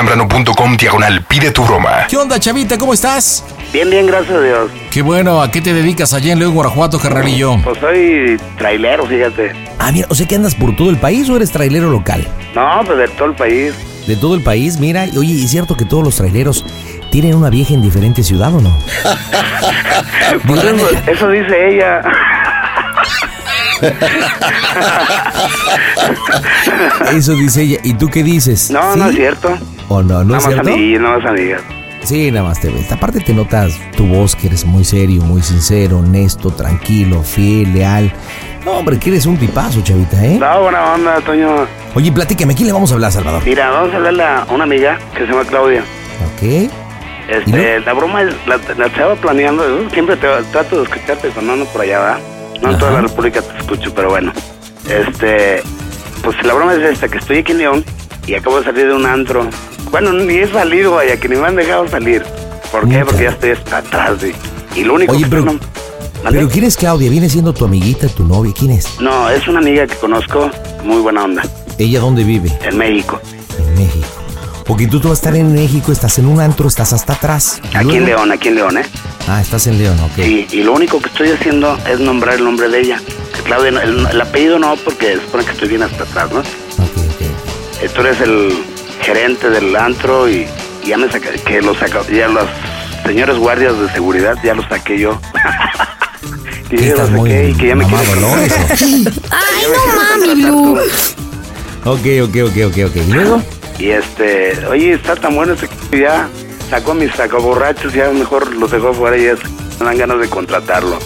elpandasambrano.com diagonal pide tu broma. ¿Qué onda, chavita? ¿Cómo estás? Bien, bien, gracias a Dios. Qué bueno, ¿a qué te dedicas allá en León, Guanajuato, carnalillo? Pues soy trailero, fíjate. Ah, mira, o sea que andas por todo el país o eres trailero local? No, pues de todo el país. De todo el país, mira, y oye, ¿es cierto que todos los traileros tienen una vieja en diferente ciudad o no? Pues eso, eso dice ella. Eso dice ella. ¿Y tú qué dices? No, ¿Sí? no es cierto. ¿O no? ¿No nada más es cierto? amigas, nada más amigas. Sí, nada más te ves. Aparte te notas tu voz que eres muy serio, muy sincero, honesto, tranquilo, fiel, leal. No, hombre, que eres un tipazo, chavita, ¿eh? No, buena onda, Toño. Oye, platícame, ¿a quién le vamos a hablar, Salvador? Mira, vamos a hablarle a una amiga que se llama Claudia. ¿Ok? Este, la broma es- la, la estaba planeando. yo Siempre te, trato de escucharte sonando por allá, ¿verdad? No en toda la República te escucho, pero bueno. Este, pues la broma es esta: que estoy aquí en León y acabo de salir de un antro. Bueno, ni he salido, vaya, que ni me han dejado salir. ¿Por qué? Porque ya estoy hasta atrás, güey. Y lo único Oye, que pero- no- ¿Mande? ¿Pero quién es Claudia? ¿Viene siendo tu amiguita, tu novia? ¿Quién es? No, es una amiga que conozco, muy buena onda, ¿Ella dónde vive? en México, En México. Porque tú, tú vas a estar en México, estás en un antro, estás hasta atrás. ¿Y aquí en luego? León, aquí en León, ¿eh? Ah, estás en León, ok. Y, y lo único que estoy haciendo es nombrar el nombre de ella. Que Claudia, no- el, el apellido no, porque supone que estoy bien hasta atrás, ¿no? Ok, ok. Eh, Tú eres el gerente del antro y, y ya me saca, que los saca, ya los señores guardias de seguridad ya los saqué yo. y ya los Estás muy saqué y que ya me mamado, quieren- ¿no? Eso. Ay, no mami, Blue. Ok, ok, ok, ok, ok. Ah, ¿Y luego? Y este, oye, está tan bueno este c- ya sacó a mis sacaborrachos, ya mejor los dejó fuera y ya se- me dan ganas de contratarlo.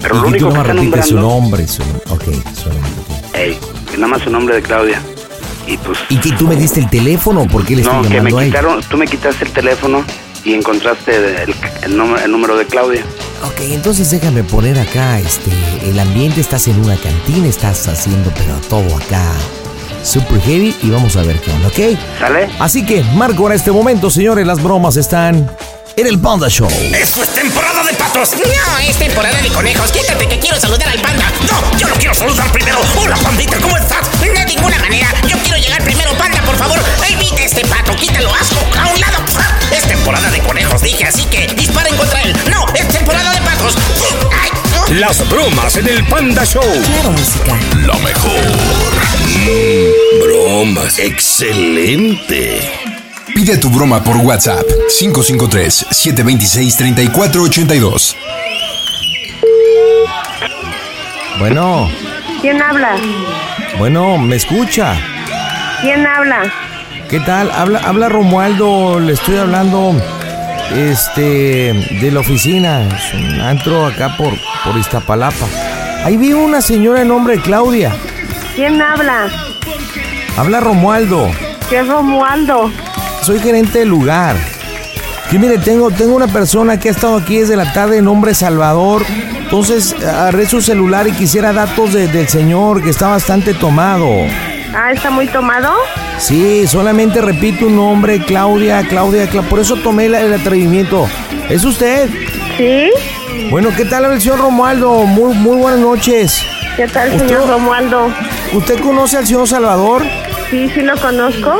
Pero lo y tú único que no me está repites su nombrando, nombre, su nombre. Ok, su nombre. ok. ey, que nada más su nombre de Claudia. Y pues, ¿Y que tú me diste el teléfono? ¿Por qué le estoy no, que me llamando a ella? quitaron, tú me quitaste el teléfono y encontraste el, el nom- el número de Claudia. Ok, entonces déjame poner acá, este, el ambiente, estás en una cantina, estás haciendo pero todo acá super heavy y vamos a ver qué onda, ¿ok? ¿Sale? Así que marco en este momento, señores, las bromas están en el Panda Show. ¡Esto es temporada de patos! No, es temporada de conejos. Quítate que quiero saludar al panda. No, yo lo quiero saludar primero. Hola, pandita, ¿cómo estás? De ninguna manera. Yo quiero llegar primero, panda, por favor. Evita este pato, quítalo, asco, a un lado. Es temporada de conejos, dije, así que disparen contra él. No, es temporada de patos. ¡Ay! Las bromas en el Panda Show. Claro Música. Lo mejor. Mm, bromas. Excelente. Pide tu broma por WhatsApp 553-726-3482. Bueno, ¿Quién habla? bueno, me escucha. ¿Quién habla? ¿Qué tal? Habla, habla Romualdo, le estoy hablando este, de la oficina, es un antro acá por, por Iztapalapa. Ahí vi una señora de nombre Claudia. ¿Quién habla? Habla Romualdo. ¿Qué es Romualdo? Soy gerente del lugar. Que mire, tengo, tengo una persona que ha estado aquí desde la tarde de nombre Salvador. Entonces agarré su celular y quisiera datos de- del señor que está bastante tomado. Ah, ¿está muy tomado? Sí, solamente repito un nombre, Claudia, Claudia, Cla- por eso tomé la- el atrevimiento. ¿Es usted? ¿Sí? Bueno, ¿qué tal el señor Romualdo? Muy, muy buenas noches. ¿Qué tal, ¿Usted- señor Romualdo? ¿Usted conoce al señor Salvador? Sí, sí lo conozco.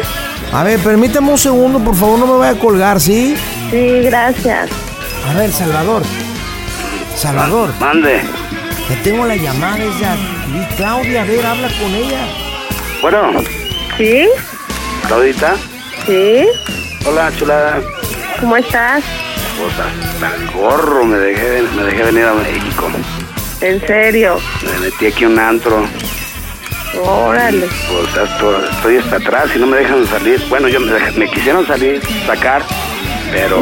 A ver, permítame un segundo, por favor, no me vaya a colgar, ¿sí? Sí, gracias. A ver, Salvador. Salvador, Mande. te tengo la llamada, es de y Claudia, a ver, habla con ella. Bueno, ¿Sí? Claudita. ¿Sí? Hola, chulada. ¿Cómo estás? Pues hasta el gorro me dejé, me dejé venir a México. ¿En serio? Me metí aquí a un antro. Órale. Pues hasta- estoy hasta atrás y no me dejan salir. Bueno, yo me, dej- me quisieron salir, sacar, pero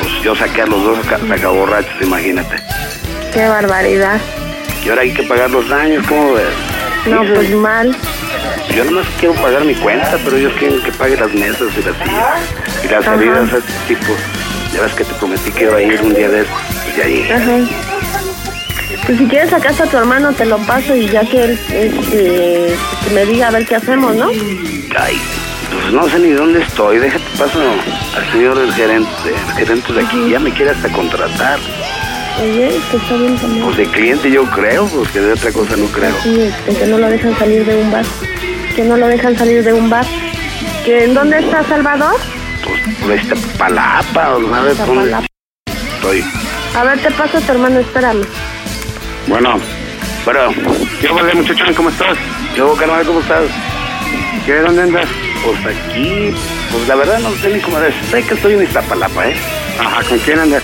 pues yo saqué a los dos saca- sacaborrachos, imagínate. Qué barbaridad. Y ahora hay que pagar los daños, ¿cómo ves? No, pues mal. Yo nomás quiero pagar mi cuenta, pero ellos quieren que pague las mesas y las sillas y las Ajá. salidas, ese tipo. Ya ves que te prometí que iba a ir un día de estos. Pues ya llegué. Ajá. Pues si quieres acá a tu hermano, te lo paso y ya que él este, que me diga a ver qué hacemos, ¿no? Ay, pues no sé ni dónde estoy. Déjate paso al señor del gerente. El gerente de aquí ya me quiere hasta contratar. Oye, que está bien tomado. Pues de cliente yo creo, porque de otra cosa no creo. Sí, este, que no lo dejan salir de un bar. Que no lo dejan salir de un bar. ¿Que en dónde está Salvador? Pues por esta palapa, o sabes dónde Iztapalapa. estoy. A ver, te paso a tu hermano, espérame. Bueno, bueno. ¿Qué vale, muchachón? ¿Cómo estás? Yo, carnal, ¿cómo estás? ¿Qué? ¿Dónde andas? Pues aquí, pues la verdad no sé ni cómo es. Sé que estoy en Iztapalapa, ¿eh? Ajá, ¿con quién andas?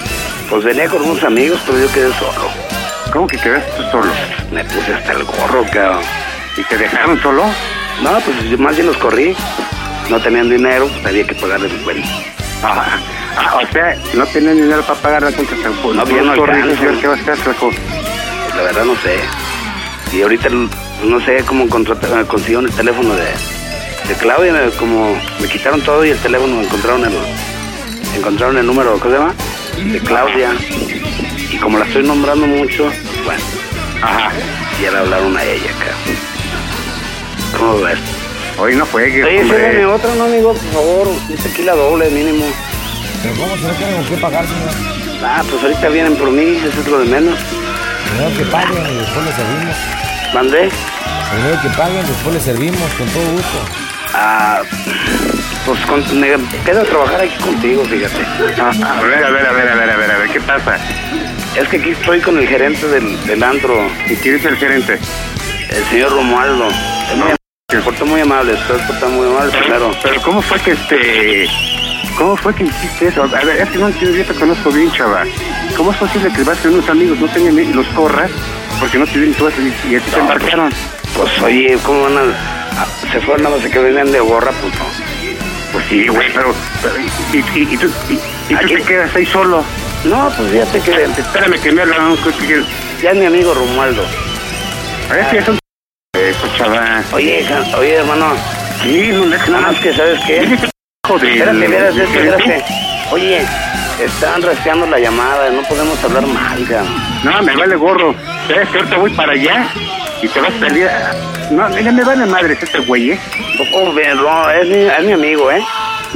Pues venía con unos amigos, pero yo quedé solo. ¿Cómo que quedaste solo? Me puse hasta el gorro, cabrón. ¿Y te dejaron solo? No, pues yo más bien los corrí. No tenían dinero, pues había que pagarles el cuento. Ah, o sea, no tenían dinero para pagar la cuenta tampoco. No, bien no alcanza. ¿Qué vas a hacer, pues la verdad no sé. Y ahorita no sé cómo contratar, consiguieron el teléfono de, de Claudia, me- como me quitaron todo y el teléfono encontraron el encontraron el número, ¿cómo se llama? De Claudia. Y como la estoy nombrando mucho, bueno, ajá, ya le hablaron a ella acá. ¿Cómo ves? Hoy no juegues, Oye, hombre. cierra mi otro, no, amigo, por favor, dice aquí la doble mínimo. Pero ¿cómo será que tengo que pagar, señor? Ah, pues ahorita vienen por mí, eso es lo de menos. Primero que paguen y después le servimos. ¿Mandé? Primero que paguen, después le servimos, con todo gusto. Ah, pues con, me quedo a trabajar aquí contigo, fíjate. A ver, a ver, a ver, a ver, a ver, a ver, ¿qué pasa? Es que aquí estoy con el gerente del, del antro, ¿Y quién es el gerente? el señor Romualdo. Es muy am- Se portó muy amable, se portó muy amable primero. Pero ¿cómo fue que este... ¿Cómo fue que hiciste eso? A ver, es que no entiendo, yo te conozco bien, chava. ¿Cómo es posible que vas con unos amigos, no tengan y los corras, porque no te dieron tu y, y a ti te embarcaron? Pues oye, ¿cómo van a...? a- se fueron nada más a que venían de gorra, pues no. Pues sí, güey, pero... pero- y, y- y tú, y, y tú Aquí- te quedas ahí solo. No, pues fíjate que Espérame que me hablan, ¿no? que- que- ya es mi amigo Romualdo. A ver, si es un... Eso, chava. Oye, ja- oye, hermano, Eh, Sí, no, es que nada nada más que, ¿sabes qué? Joder. Espérate, espérate, espérate. Oye, están rastreando la llamada, no podemos hablar mal, cabrón. No, me vale gorro. ¿Sabes que ahorita voy para allá y te vas a salir? a- No, mira, me vale madres este güey, ¿eh? Poco bien, Oh, no, es mi, es mi amigo, ¿eh?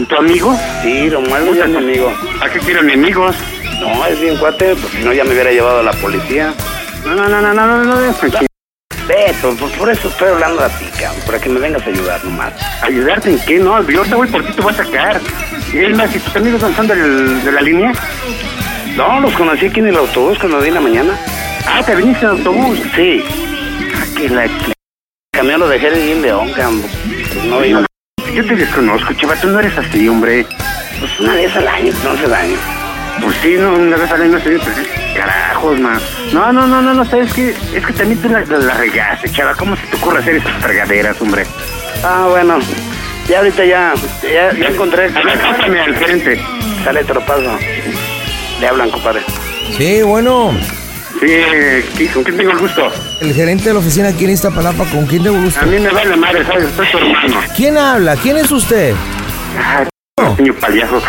¿Tu amigo? Sí, Romualdo ya es mi amigo. ¿A qué quiero enemigos? No, es bien cuate, pues si no ya me hubiera llevado a la policía. No, no, no, no, no, no, no, no, tranquilo. Beto, pues por eso estoy hablando a ti, cabrón, para que me vengas a ayudar nomás. ¿Ayudarte en qué? No, yo ahorita voy por ti, te voy a sacar. Y es más, si tus amigos no son del- de la línea, No, los conocí aquí en el autobús cuando vi en la mañana. ah, te viniste en autobús. Sí, Ah, que la ch- el camión lo dejé en León, cabrón. Pues no vino. Yo te desconozco, chaval, tú no eres así, hombre. Pues una vez al año, no hace daño. Pues sí, no, una vez al año se pero sí, carajos, man. No, no, no, no, no, sabes que es que también tú la, la, la regaste, chava. ¿Cómo se te ocurre hacer esas fregaderas, hombre? Ah, bueno, Ya ahorita ya, ya, ya encontré. A ver, pásame al gerente. Sale, te lo paso. Le hablan, compadre. Sí, bueno. Sí, ¿qué- ¿con quién tengo el gusto? El gerente de la oficina aquí en Iztapalapa, ¿con quién te gusta? A mí me vale madre, ¿sabes? Soy su hermano. ¿Quién habla? ¿Quién es usted? Ah, niño payaso.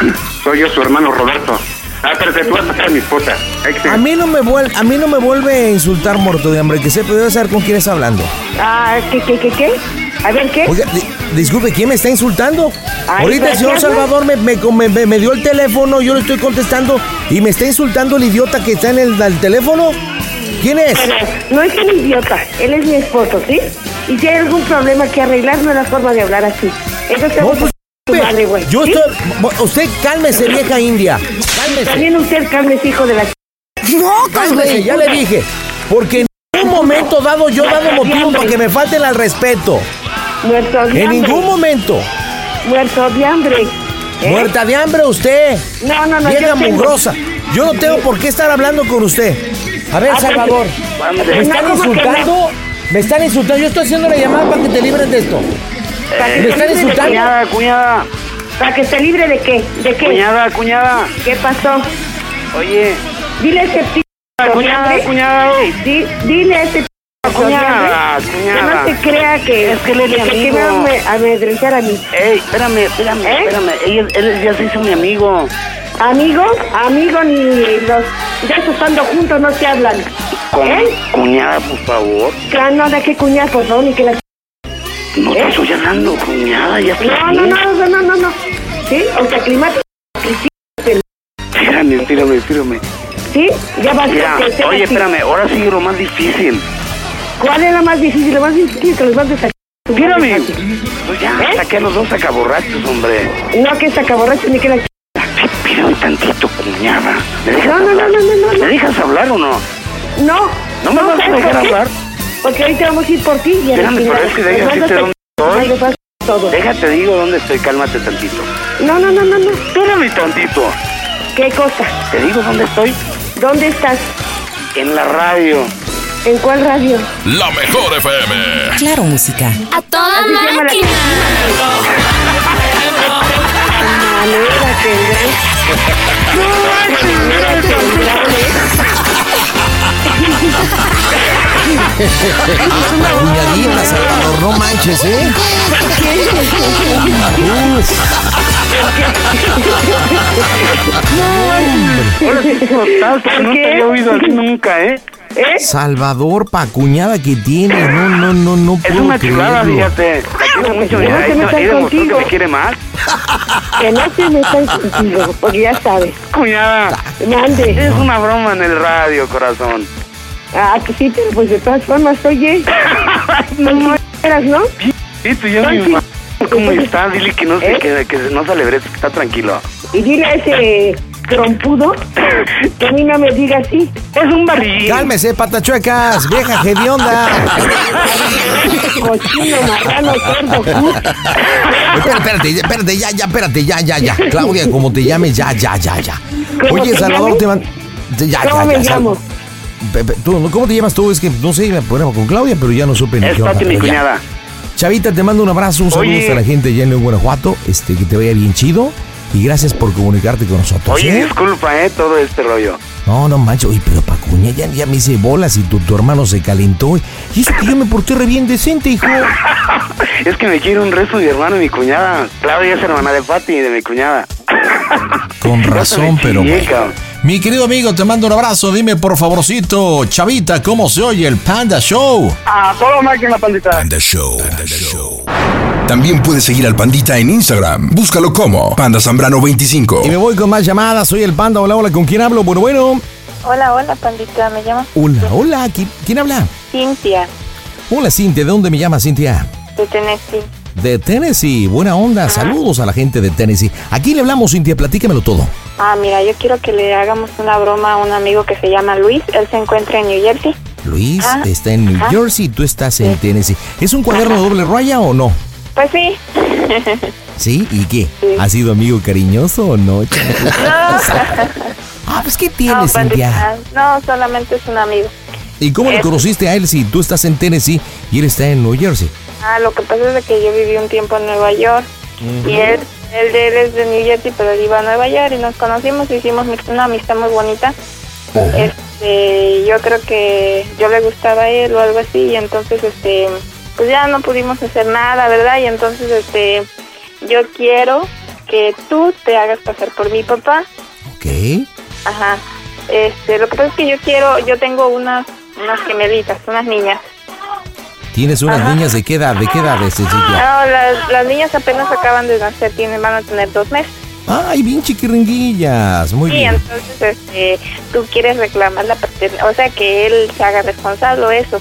Soy yo su hermano Roberto. Ah, espérate, tú vas a pasar a mi esposa. Hay que A mí no me vuelve, a mí no me vuelve a insultar muerto de hambre, que sepa, yo debo saber con quién está hablando. Ah, ¿qué, qué, qué, qué? A ver, ¿qué? Oiga, di- disculpe, ¿quién me está insultando? ¿Eh? Ay, Ahorita el ¿pero señor qué habla? Salvador me, me, me- me- me dio el teléfono, yo le estoy contestando y me está insultando el idiota que está en el, al teléfono. ¿Quién es? Pero no es un idiota, él es mi esposo, ¿sí? Y si hay algún problema que arreglar, no es la forma de hablar así. Eso te No, voy a pues, tu madre, güey. Yo ¿sí? estoy. bo- Usted cálmese, vieja india. Cálmese. También usted, Carlos, hijo de la... ch- Cálmese, ya le dije. Porque en ningún momento dado yo he dado motivo para que me falten al respeto. Muerto de En hambre. ningún momento. Muerto de hambre. ¿eh? Muerta de hambre usted. No, no, no. Vieja yo tengo- mugrosa. Yo no tengo por qué estar hablando con usted. A ver, Ah, pero- Salvador. Hombre, ¿Me están ¿cómo que insultando? ¿Me están insultando? Yo estoy haciendo la llamada para que te libres de esto. ¿Para que ¿Me te están libre Eh, de insultando? qué? Cuñada, cuñada, ¿Para que se libre de qué? ¿De qué? cuñada, cuñada. ¿Qué pasó? Oye, Dile a ese p... cuñada, hombre. cuñada, güey. Di- dile a ese p... Cuñada, Que no cuñada. se crea que... Es que él es mi que amigo. me va a me- a amedrentar a mí. Ey, espérame, espérame, ¿Eh? espérame. Ey, él, él ya se hizo mi amigo. Amigo, amigo, ni los... Ya estando juntos no se hablan. Con- ¿Eh? Cuñada, por favor. Claro, no, de qué cuñar, por favor, ni que la... No ¿Eh? te estoy hablando, cuñada, ya estoy No, no, bien. no, no, no, no, no. ¿Sí? O sea, climático, Tírame, tírame, tírame. ¿sí? Ya va a Mira, oye, espérame, ahora sigue lo más difícil. ¿Cuál es la más difícil? La más difícil es que los mandes a... tu madre, Mírame. fácil. Pues ya, ¿Eh? saqué a los dos sacaborrachos, hombre. No, que sacaborrachos ni que la... Sí, Espérame tantito, cuñada. ¿Me dejas No, no, hablar? no, no, no, no. ¿Me dejas hablar o no? No. ¿No me vas a ¿sabes dejar por qué? hablar? Porque ahorita vamos a ir por ti y a la Espérame, pero chingada. es que deja Nos decirte mandas a- dónde estoy. nos mandas a- todo. Déjate, digo dónde estoy, cálmate tantito. No, no, no, no, no. Espérame tantito. ¿Qué cosa? Te digo dónde estoy. ¿Dónde estás? En la radio. ¿En cuál radio? La mejor FM. Claro, música. A toda Así se llama la manera tendrán. Manera tendrán, ¿eh? Cuñadita, Ah, Salvador, no manches, ¿eh? Total, no te había oído así nunca, ¿eh? Salvador, pa cuñada que tiene. No, no, no, no Es puedo una chulada, creerlo. fíjate. La quiero mucho. Ya mira, se me ella- está ella demostró que contigo. me quiere más. Que no se metan contigo, porque ya sabes. Cuñada, Mande. es una broma en el radio, corazón. Ah, que sí, pero pues de todas formas, oye. No eras, ¿no? Sí, tú ya mi Ay, sí. mamá. ¿Cómo está? Dile que no se, ¿Eh? que, que no se alebre, que está tranquilo. Y dile a ese trompudo que a mí no me diga así. Es un barril. Cálmese, patachuecas, vieja hedionda. Cochino, marrano, cerdo, cu. espérate, espérate, ya, ya, espérate, ya, ya, ya. Claudia, como te llames, ya, ya, ya, ya. ¿Cómo Oye, te Salvador, llames? te man... te- Ya, ¿Cómo ya, me ya, Sal- llamo? Pe- pe- tú, ¿Cómo te llamas tú? Es que no sé, me ponemos con Claudia, pero ya no supe ni Es qué onda, Pati, mi pero ya. cuñada. Chavita, te mando un abrazo, un saludo Oye. a la gente allá en León, Guanajuato. Este, que te vaya bien chido. Y gracias por comunicarte con nosotros. Oye, ¿eh? disculpa, ¿eh? Todo este rollo. No, no manches. Oye, pero Pacuña, ya, ya me hice bolas y tu, tu hermano se calentó. Y eso que yo me porté re bien decente, hijo. Es que me quiere un resto de mi hermano y mi cuñada. Claudia es hermana de Pati y de mi cuñada. Con Ya se razón, me pero chillé, bueno. cabrón. Mi querido amigo, te mando un abrazo. Dime, por favorcito, Chavita, ¿cómo se oye el Panda Show? A todo máquina, pandita. Panda Show. También puedes seguir al Pandita en Instagram. Búscalo como Panda Zambrano 25. Y me voy con más llamadas. Soy el Panda. Hola, hola. ¿Con quién hablo? Bueno, bueno. Hola, hola, pandita. Me llamo Hola, hola. ¿qui- ¿Quién habla? Cintia, Hola, Cintia. ¿De dónde me llamas, Cintia? de Tennessee. De Tennessee. Buena onda. Saludos a la gente de Tennessee. Aquí le hablamos, Cintia. Platícamelo todo. Ah, mira, yo quiero que le hagamos una broma a un amigo que se llama Luis. Él se encuentra en New Jersey. Luis Ah, está en New ajá. Jersey. Tú estás en Tennessee. ¿Es un cuaderno doble raya o no? Pues sí. ¿Sí? ¿Y qué? Sí. ¿Ha sido amigo cariñoso o no? ah, pues ¿qué no, tienes, Cintia? pandita. Ah, No, solamente es un amigo. ¿Y cómo le Es- conociste a él si tú estás en Tennessee y él está en New Jersey? Ah, lo que pasa es de que yo viví un tiempo en Nueva York Y él, él, de- él es de New Jersey, pero él iba a Nueva York y nos conocimos, hicimos mi- una amistad muy bonita. Este, yo creo que yo le gustaba a él o algo así y entonces, este, pues ya no pudimos hacer nada, ¿verdad? Y entonces, este, yo quiero que tú te hagas pasar por mi papá. Ok. Ajá. Este, lo que pasa es que yo quiero, yo tengo unas, unas gemelitas, unas niñas. ¿Tienes unas niñas de qué edad? ¿De qué edad este, es chiquilla? No, las, las niñas apenas acaban de nacer, tienen, van a tener dos meses. Ay, bien chiquiringuillas. Muy sí, bien. entonces este, tú quieres reclamar la paternidad, o sea, que él se haga responsable o eso.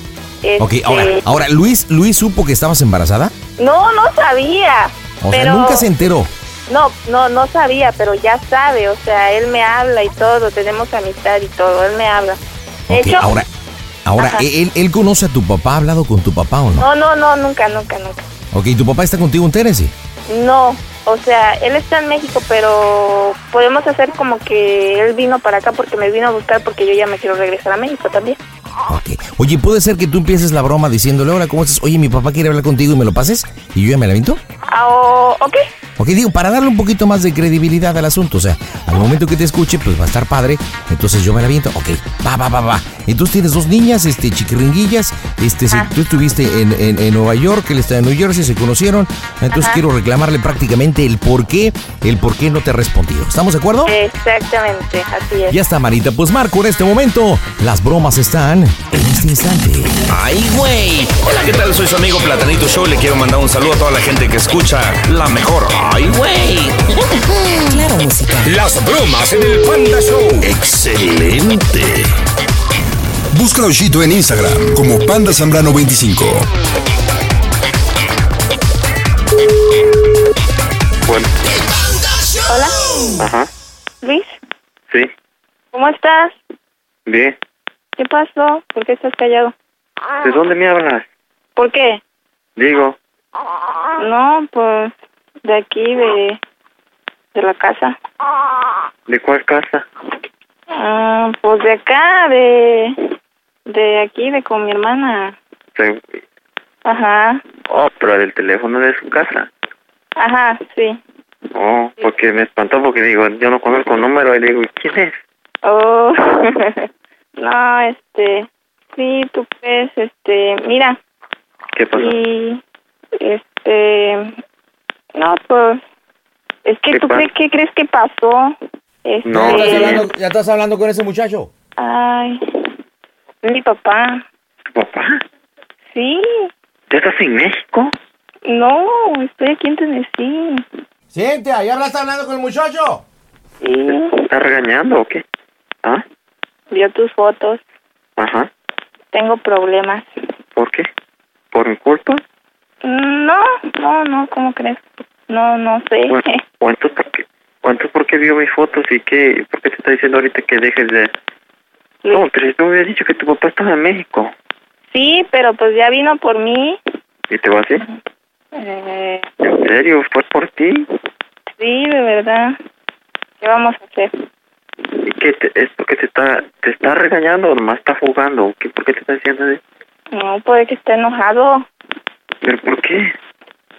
Ok, Este, ahora, ahora, Luis, Luis supo que estabas embarazada. No, no sabía. O sea, pero, nunca se enteró. No, no, no sabía, pero ya sabe, o sea, él me habla y todo, tenemos amistad y todo, él me habla. De Ok, hecho, ahora, ahora, Ajá. él, él conoce a tu papá, ha hablado con tu papá o no. no, no, no, nunca, nunca, nunca. Ok, ¿tu papá está contigo en Tennessee? No, o sea, él está en México, pero podemos hacer como que él vino para acá porque me vino a buscar porque yo ya me quiero regresar a México también. Oye, ¿puede ser que tú empieces la broma diciéndole, hola, ¿cómo estás? Oye, mi papá quiere hablar contigo y me lo pases y yo ya me la aviento? Ah, o- ok, Ok, digo, para darle un poquito más de credibilidad al asunto, o sea, al momento que te escuche, pues va a estar padre, entonces yo me la aviento, ok, va, va, va, va. Entonces tienes dos niñas, este, chiquiringuillas, este, se- tú estuviste en, en- en Nueva York, él está en New Jersey, se conocieron, entonces Ajá. quiero reclamarle prácticamente el por qué, el por qué no te ha respondido, ¿estamos de acuerdo? exactamente, así es. Ya está, Marita, pues Marco, en este momento, las bromas están en este instante. ¡Ay, güey! Hola, ¿qué tal? Soy su amigo Platanito Show. Le quiero mandar un saludo a toda la gente que escucha la mejor. ¡Ay, güey! Claro, música. Las bromas en el Panda Show. ¡Excelente! Busca a Oshito en Instagram como Panda Zambrano 25. Bueno, Hola, ajá, Luis, sí, ¿cómo estás? bien. ¿Qué pasó? ¿Por qué estás callado? ¿De dónde me hablas? ¿Por qué? Digo, No, pues de aquí, de, de la casa. ¿de cuál casa? Ah, pues de acá, de, de aquí, de con mi hermana. Se- Ajá, Oh, pero del teléfono de su casa. ajá, sí. Oh, porque me espantó porque digo, yo no conozco el número. Y le digo, ¿y quién es? Oh, no, este, sí, tú pues, este, mira, ¿Qué pasó? y, este, no, pues, es que ¿Qué eh, tú pasa? crees, ¿qué crees que pasó? Este, ¿Ya estás hablando con ese muchacho? ay, mi papá, ¿Tu papá? sí, ¿Ya estás en México? no, estoy aquí en Tennessee, Cintia, ¿ya estás hablando con el muchacho? ¿Te está regañando o qué? ¿Ah? vio tus fotos, Ajá. tengo problemas. ¿Por qué? ¿Por mi culpa? No, no, no, ¿cómo crees? No, no sé. Bueno, ¿o entonces por qué? o entonces por qué vio mis fotos y qué? ¿Por qué te está diciendo ahorita que dejes de...? No, pero si tú me hubieras dicho que tu papá estaba en México. Sí, pero pues ya vino por mí. ¿Y te vas a ir? Eh, ¿En serio? ¿Fue por ti? sí, de verdad. ¿Qué vamos a hacer? ¿Y qué? Te, ¿Es porque te está, te está regañando o nomás está jugando? ¿O qué? ¿Por qué te está diciendo eso? No, puede que esté enojado, ¿Pero por qué?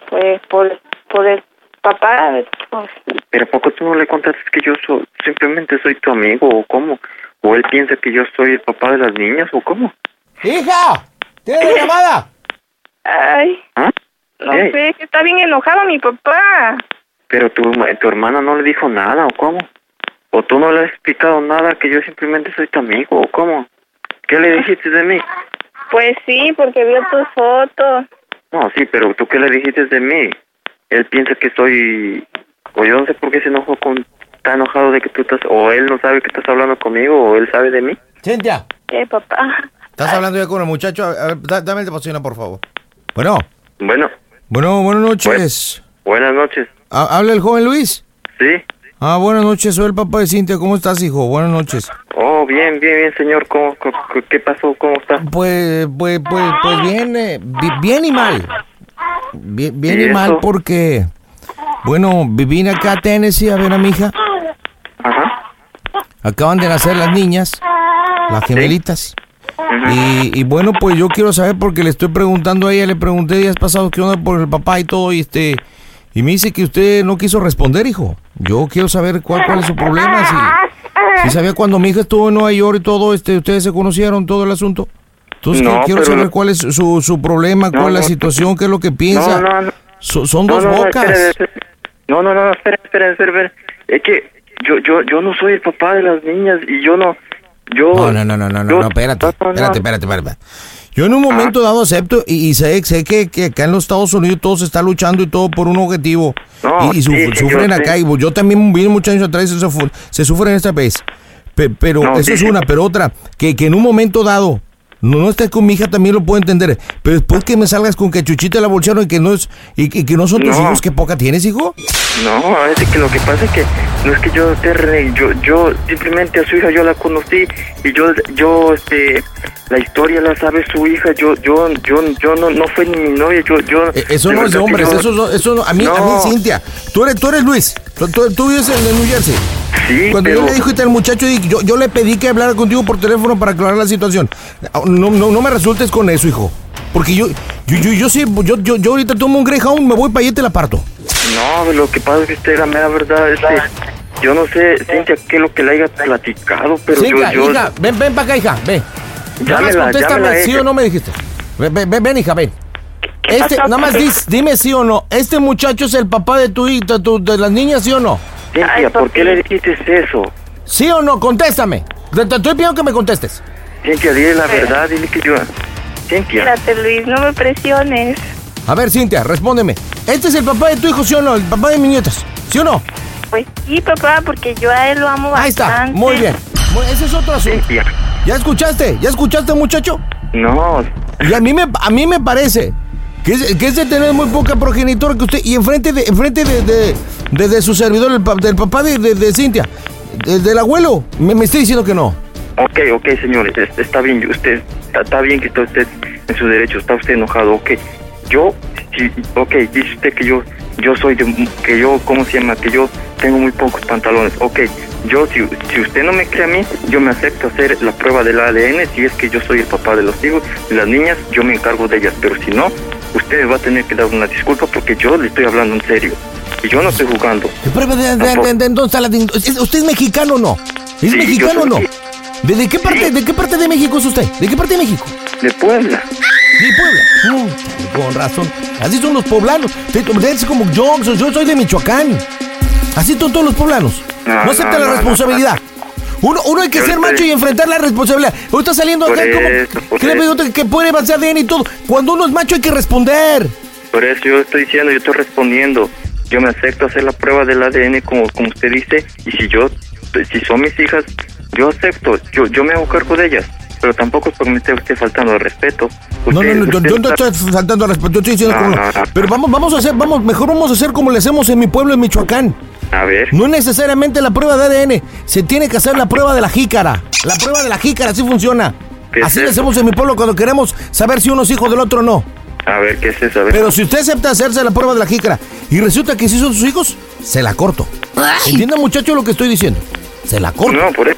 pues por, por el papá. pues, ¿Pero a poco tú no le contaste que yo so- simplemente soy tu amigo o cómo? ¿O él piensa que yo soy el papá de las niñas o cómo? ¡Hija! ¿Tienes llamada? ay, ¿Ah? no Ey. sé, que está bien enojado mi papá. ¿Pero tu, ma- tu hermana no le dijo nada o cómo? ¿O tú no le has explicado nada que yo simplemente soy tu amigo o cómo? ¿Qué Ah. le dijiste de mí? Pues sí, porque vio tus fotos. No, sí, pero ¿tú qué le dijiste de mí? Él piensa que soy... O yo no sé por qué se enojó con... Está enojado de que tú estás... O él no sabe que estás hablando conmigo o él sabe de mí. Cintia. ¿Qué, papá? ¿Estás hablando ya con el muchacho? A ver, da- dame el de por favor. Bueno, Bueno, bueno, buenas noches. buenas noches. Ha- ¿Habla el joven Luis? ¿Sí? Ah, buenas noches, soy el papá de Cintia. ¿Cómo estás, hijo? Buenas noches. Oh, bien, bien, bien, señor. ¿Cómo, co- co- qué pasó? ¿Cómo está? Pues, pues, pues, pues bien, eh, bi- bien y mal. Bi- Bien, ¿Y y mal eso? porque, bueno, vine acá a Tennessee a ver a mi hija. Ajá. Acaban de nacer las niñas, las gemelitas. Y, y bueno, pues yo quiero saber porque le estoy preguntando a ella, le pregunté días pasados qué onda por el papá y todo, y este, Y me dice que usted no quiso responder, hijo. Yo quiero saber cuál, cuál es su problema. Si, si sabía cuando mi hija estuvo en Nueva York y todo, este, ustedes se conocieron, todo el asunto. Entonces No, que- quiero pero saber no- cuál es su, su problema, No, cuál es la no, situación, qué es lo que piensa. No, no, no. So- son No, dos no, no, bocas. espera, espera. No, no, no, no, espera, espera, espera, espera. Es que yo, yo, yo no soy el papá de las niñas y yo no, yo... No, no, no, no, no, no, no, espérate, espérate, espérate, espérate. Yo Ah. en un momento dado acepto y, y sé, sé que, que acá en los Estados Unidos todo se está luchando y todo por un objetivo. No, y y su- sí, sí, sufren yo acá. sé. Y yo también vi muchos años atrás, y se, fu- se sufre en esta vez. Pe- pero No, eso sí, es sí. una, pero otra, que, que en un momento dado, no, no estés con mi hija también lo puedo entender. Pero después que me salgas con que Chuchita la bolsearon y que no es, y, que- que no son tus No. hijos, qué poca tienes, hijo. No, es que lo que pasa es que no es que yo te rene- yo, yo simplemente a su hija yo la conocí y yo, yo, este, la historia la sabe su hija, yo, yo, yo, yo no, no fue ni mi novia, yo, yo... Eh, Eso no es de hombres, eso, no- eso no- a mí, a mí, Cintia, tú eres, tú eres Luis, tú, tú- tú vives en en New Jersey. Sí, Cuando yo pero- le dije al muchacho, dije, yo, yo le pedí que hablara contigo por teléfono para aclarar la situación. Ah, No, no, no me resultes con eso, hijo. Porque yo, yo, yo, yo sí, yo, yo, yo ahorita tomo un Greyhound, me voy para allá y te la parto. No, lo que pasa es que usted, la mera verdad, este, yo no sé, Cintia, qué es lo que le haya platicado, pero Cintia, yo, yo... hija, ven, ven para acá, hija, ven. Nada más Llámela, llámela contéstame, ella. sí o no me dijiste. Ven, ven, ven, ven, hija, ven. Este, pasó? nada más dis- dime sí o no. ¿Este muchacho es el papá de tu hija, tu- de las niñas, sí o no? Cintia, ¿por qué le dijiste eso? ¿Sí o no? Contéstame. Te, te estoy pidiendo que me contestes. Cintia, dile la verdad, dile que yo... Cintia, Espérate, Luis, no me presiones. A ver, Cintia, respóndeme. ¿Este es el papá de tu hijo, sí o no? El papá de mis nietas, ¿sí o no? Pues sí, papá, porque yo a él lo amo Ahí bastante. está, muy bien. Bueno, ese es otro asunto. Cintia, ¿Ya escuchaste? ¿Ya escuchaste, muchacho? no, Y a mí me, a mí me parece que es, que es de tener muy poca progenitora que usted. Y enfrente de, enfrente de, de, de- de su servidor, el pa- del papá de, de- de Cintia, de- del abuelo, me, me está diciendo que no. Ok, ok, señores, es- está bien, usted está, está bien que está usted en su derecho, está usted enojado, ok. Yo, sí, ok, dice usted que yo, yo soy de, que yo, ¿cómo se llama? Que yo tengo muy pocos pantalones, ok. Yo, si, si usted no me cree a mí, yo me acepto hacer la prueba del ADN, si es que yo soy el papá de los hijos, de las niñas, yo me encargo de ellas, pero si no, usted va a tener que dar una disculpa porque yo le estoy hablando en serio, y yo no estoy jugando. Prueba de, de- de- de- ¿dónde está la din- ¿Es- ¿Usted es mexicano o no? ¿Es Sí, mexicano yo o no? soy- ¿De, de qué parte, ¿De qué parte de México es usted? ¿De qué parte de México? De Puebla. De Puebla. Mm, con razón. Así son los poblanos. Te- te- Es como yo, pues, yo soy de Michoacán. Así son todos los poblanos. No, No, aceptan no, la no, responsabilidad. Uno, uno hay que Yo ser estoy- macho y enfrentar la responsabilidad. Uno está saliendo Por acá eso, como... por ¿Qué le eso. pregunto? que puede avanzar bien y todo. Cuando uno es macho hay que responder. Por eso yo estoy diciendo, yo estoy respondiendo. Yo me acepto a hacer la prueba del ADN como, como usted dice y si yo, si son mis hijas, yo acepto, yo, yo me hago cargo de ellas. Pero tampoco es porque me esté usted faltando al respeto. No, no, Usted- no, yo, usted yo no está- estoy faltando al respeto, yo estoy diciendo No, como- no, no. Pero vamos, vamos a hacer, vamos, mejor vamos a hacer como le hacemos en mi pueblo, en Michoacán. A ver, No es necesariamente la prueba de ADN, se tiene que hacer la prueba de la jícara. La prueba de la jícara, así funciona. ¿Qué es Así le eso? hacemos en mi pueblo cuando queremos saber si uno es hijo del otro o no. a ver, ¿qué es eso? A ver. Pero si usted acepta hacerse la prueba de la jícara y resulta que sí son sus hijos, se la corto. ¿Entienda, muchacho, lo que estoy diciendo? Se la corto. No, por eso.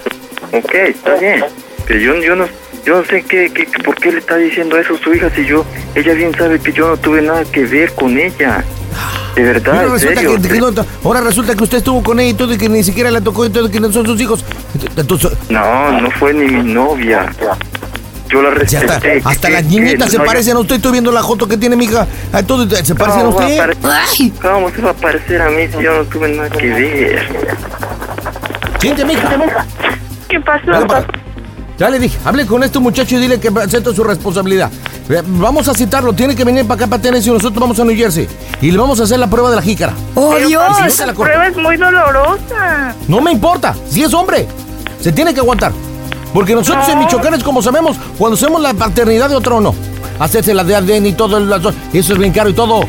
Ok, está bien. Pero yo, yo no yo no sé qué, qué, qué- por qué le está diciendo eso a su hija si yo, ella bien sabe que yo no tuve nada que ver con ella. De Y verdad, ahora en resulta, serio. que, que no- ahora resulta que usted estuvo con ella y todo, y que ni siquiera la tocó y todo, y que no son sus hijos. Entonces, No, no fue ni mi novia. Yo la si hasta, respeté. hasta ¿Qué- las qué? niñitas se No, yo- parecen a usted. Estoy viendo la foto que tiene mi hija. a todo, se parecen a ¿Cómo va usted. a parecer- ¿Cómo se va a parecer a mí si yo no tuve nada que ver? Siénteme, hija. ¿Qué pasó? Dale para- Ya le dije, hable con este muchacho y dile que acepta su responsabilidad. Eh, Vamos a citarlo, tiene que venir para acá para Tennessee y nosotros vamos a New Jersey. Y le vamos a hacer la prueba de la jícara. ¡Oh, Y si no, Dios! se Esa la corto. prueba es muy dolorosa. No me importa, si es hombre, se tiene que aguantar. Porque nosotros en Michoacán es como sabemos, cuando hacemos la paternidad de otro no. Hacerse la de ADN y todo, el- eso es bien caro y todo.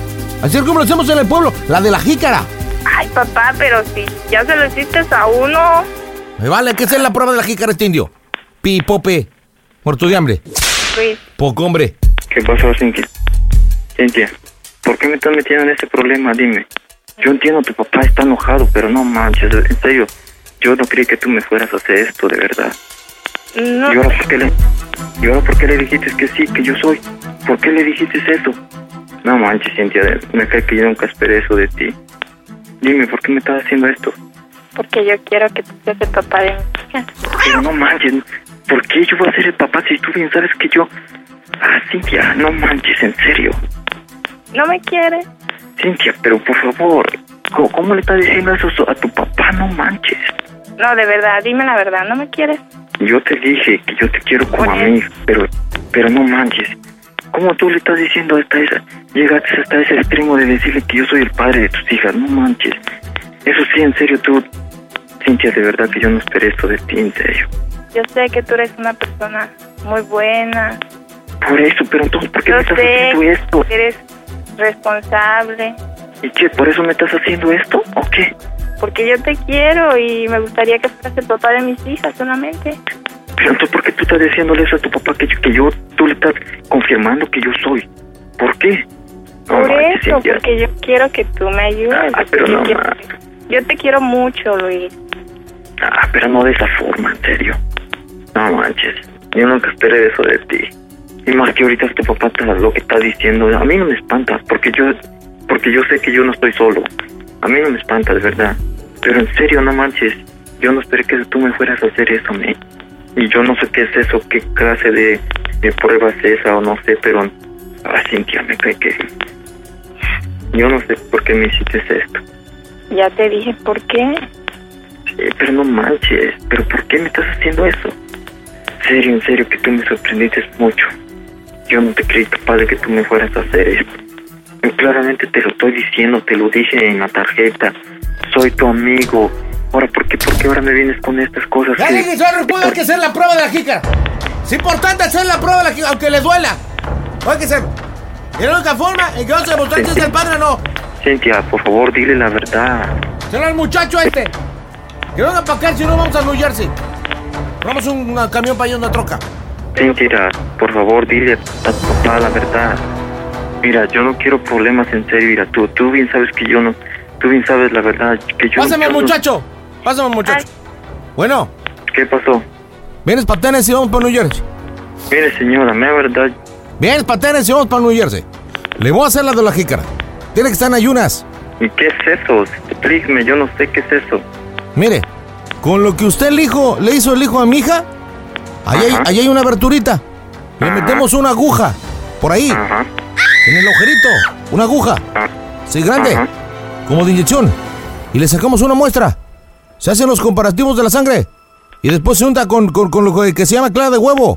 Así es como lo hacemos en el pueblo, la de la jícara. Ay, papá, pero si ya se lo hiciste a uno. Me vale, que esa es la prueba de la jícara este indio. Pipope, muerto de hambre, Luis, poco hombre. ¿Qué pasó, Cintia? Cintia, ¿por qué me estás metiendo en ese problema? Dime. Yo entiendo, tu papá está enojado, pero no manches, en serio. Yo no creí que tú me fueras a hacer esto, de verdad. no. ¿Y ahora por qué le, y ahora por qué le dijiste que sí, que yo soy? ¿Por qué le dijiste eso? No manches, Cintia, me cae que yo nunca esperé eso de ti. Dime, ¿por qué me estás haciendo esto? porque yo quiero que tú seas el papá de mi hija. Pero no manches, ¿por qué yo voy a ser el papá si tú bien sabes que yo... Ah, Cintia, no manches, en serio. No me quiere. Cintia, pero por favor, ¿cómo, cómo le estás diciendo eso a tu papá? No manches. No, de verdad, dime la verdad, no me quieres. Yo te dije que yo te quiero como a mí, pero, pero no manches. ¿Cómo tú le estás diciendo hasta esa... Llegaste hasta ese extremo de decirle que yo soy el padre de tus hijas, no manches. Eso sí, en serio, tú... Cintia, de verdad que yo no esperé esto de ti, en serio. Yo sé que tú eres una persona muy buena. Por eso, pero entonces, ¿por qué Yo me estás sé haciendo esto? que eres responsable. ¿Y qué? ¿Por eso me estás haciendo esto o qué? Porque yo te quiero y me gustaría que fueras el papá de mis hijas solamente. Pero entonces, ¿por qué tú estás diciéndole eso a tu papá que yo, que yo tú le estás confirmando que yo soy? ¿Por qué? No Por manches, eso, Cintia. porque yo quiero que tú me ayudes. Ah, pero no, yo, ma. yo te quiero mucho, Luis. Ah, pero no de esa forma, en serio. No manches, yo nunca esperé eso de ti. Y más que ahorita este papá está- lo que está diciendo, a mí no me espanta, porque yo, porque yo sé que yo no estoy solo. A mí no me espanta, de verdad. Pero en serio, no manches, yo no esperé que tú me fueras a hacer eso, me. Y yo no sé qué es eso, qué clase de, de prueba es esa o no sé, pero... Ah, Cintia, me cae que... Yo no sé por qué me hiciste esto. Ya te dije por qué. Eh, pero no manches, pero ¿por qué me estás haciendo eso? En serio, en serio, que tú me sorprendiste mucho. Yo no te creí capaz de que tú me fueras a hacer esto. Yo claramente te lo estoy diciendo, te lo dije en la tarjeta. Soy tu amigo. Ahora, ¿por qué, por qué ahora me vienes con estas cosas? Ya que- dije, Suárez, puedo hay que hacer la prueba de la jica. Es importante hacer la prueba de la jica, aunque le duela. Hay que hacer. Y la única forma en que vamos a demostrar que es el padre o no. Cintia, por favor, dile la verdad. Será el muchacho este. Que venga para acá, si no vamos a New Jersey. Vamos un una camión para allá, una troca. Cintia, por favor, dile a tu papá la verdad. Mira, yo no quiero problemas en serio, mira, tú, tú bien sabes que yo no... Tú bien sabes la verdad, que yo... Pásame, yo no- muchacho. Pásame, muchacho. Bueno. ¿Qué pasó? Vienes para Tennessee, vamos para New Jersey. Mire, señora, me verdad... Vienes para Tennessee, vamos para New Jersey. Le voy a hacer la de la jícara. Tiene que estar en ayunas. ¿Y qué es eso? Explíqueme, yo no sé qué es eso. Mire, con lo que usted el hijo, le hizo el hijo a mi hija, ahí hay, ahí hay una aberturita. Le metemos una aguja, por ahí, en el agujerito, una aguja. Sí, grande, como de inyección. Y le sacamos una muestra. Se hacen los comparativos de la sangre. Y después se unta con, con- con lo que- que se llama clara de huevo.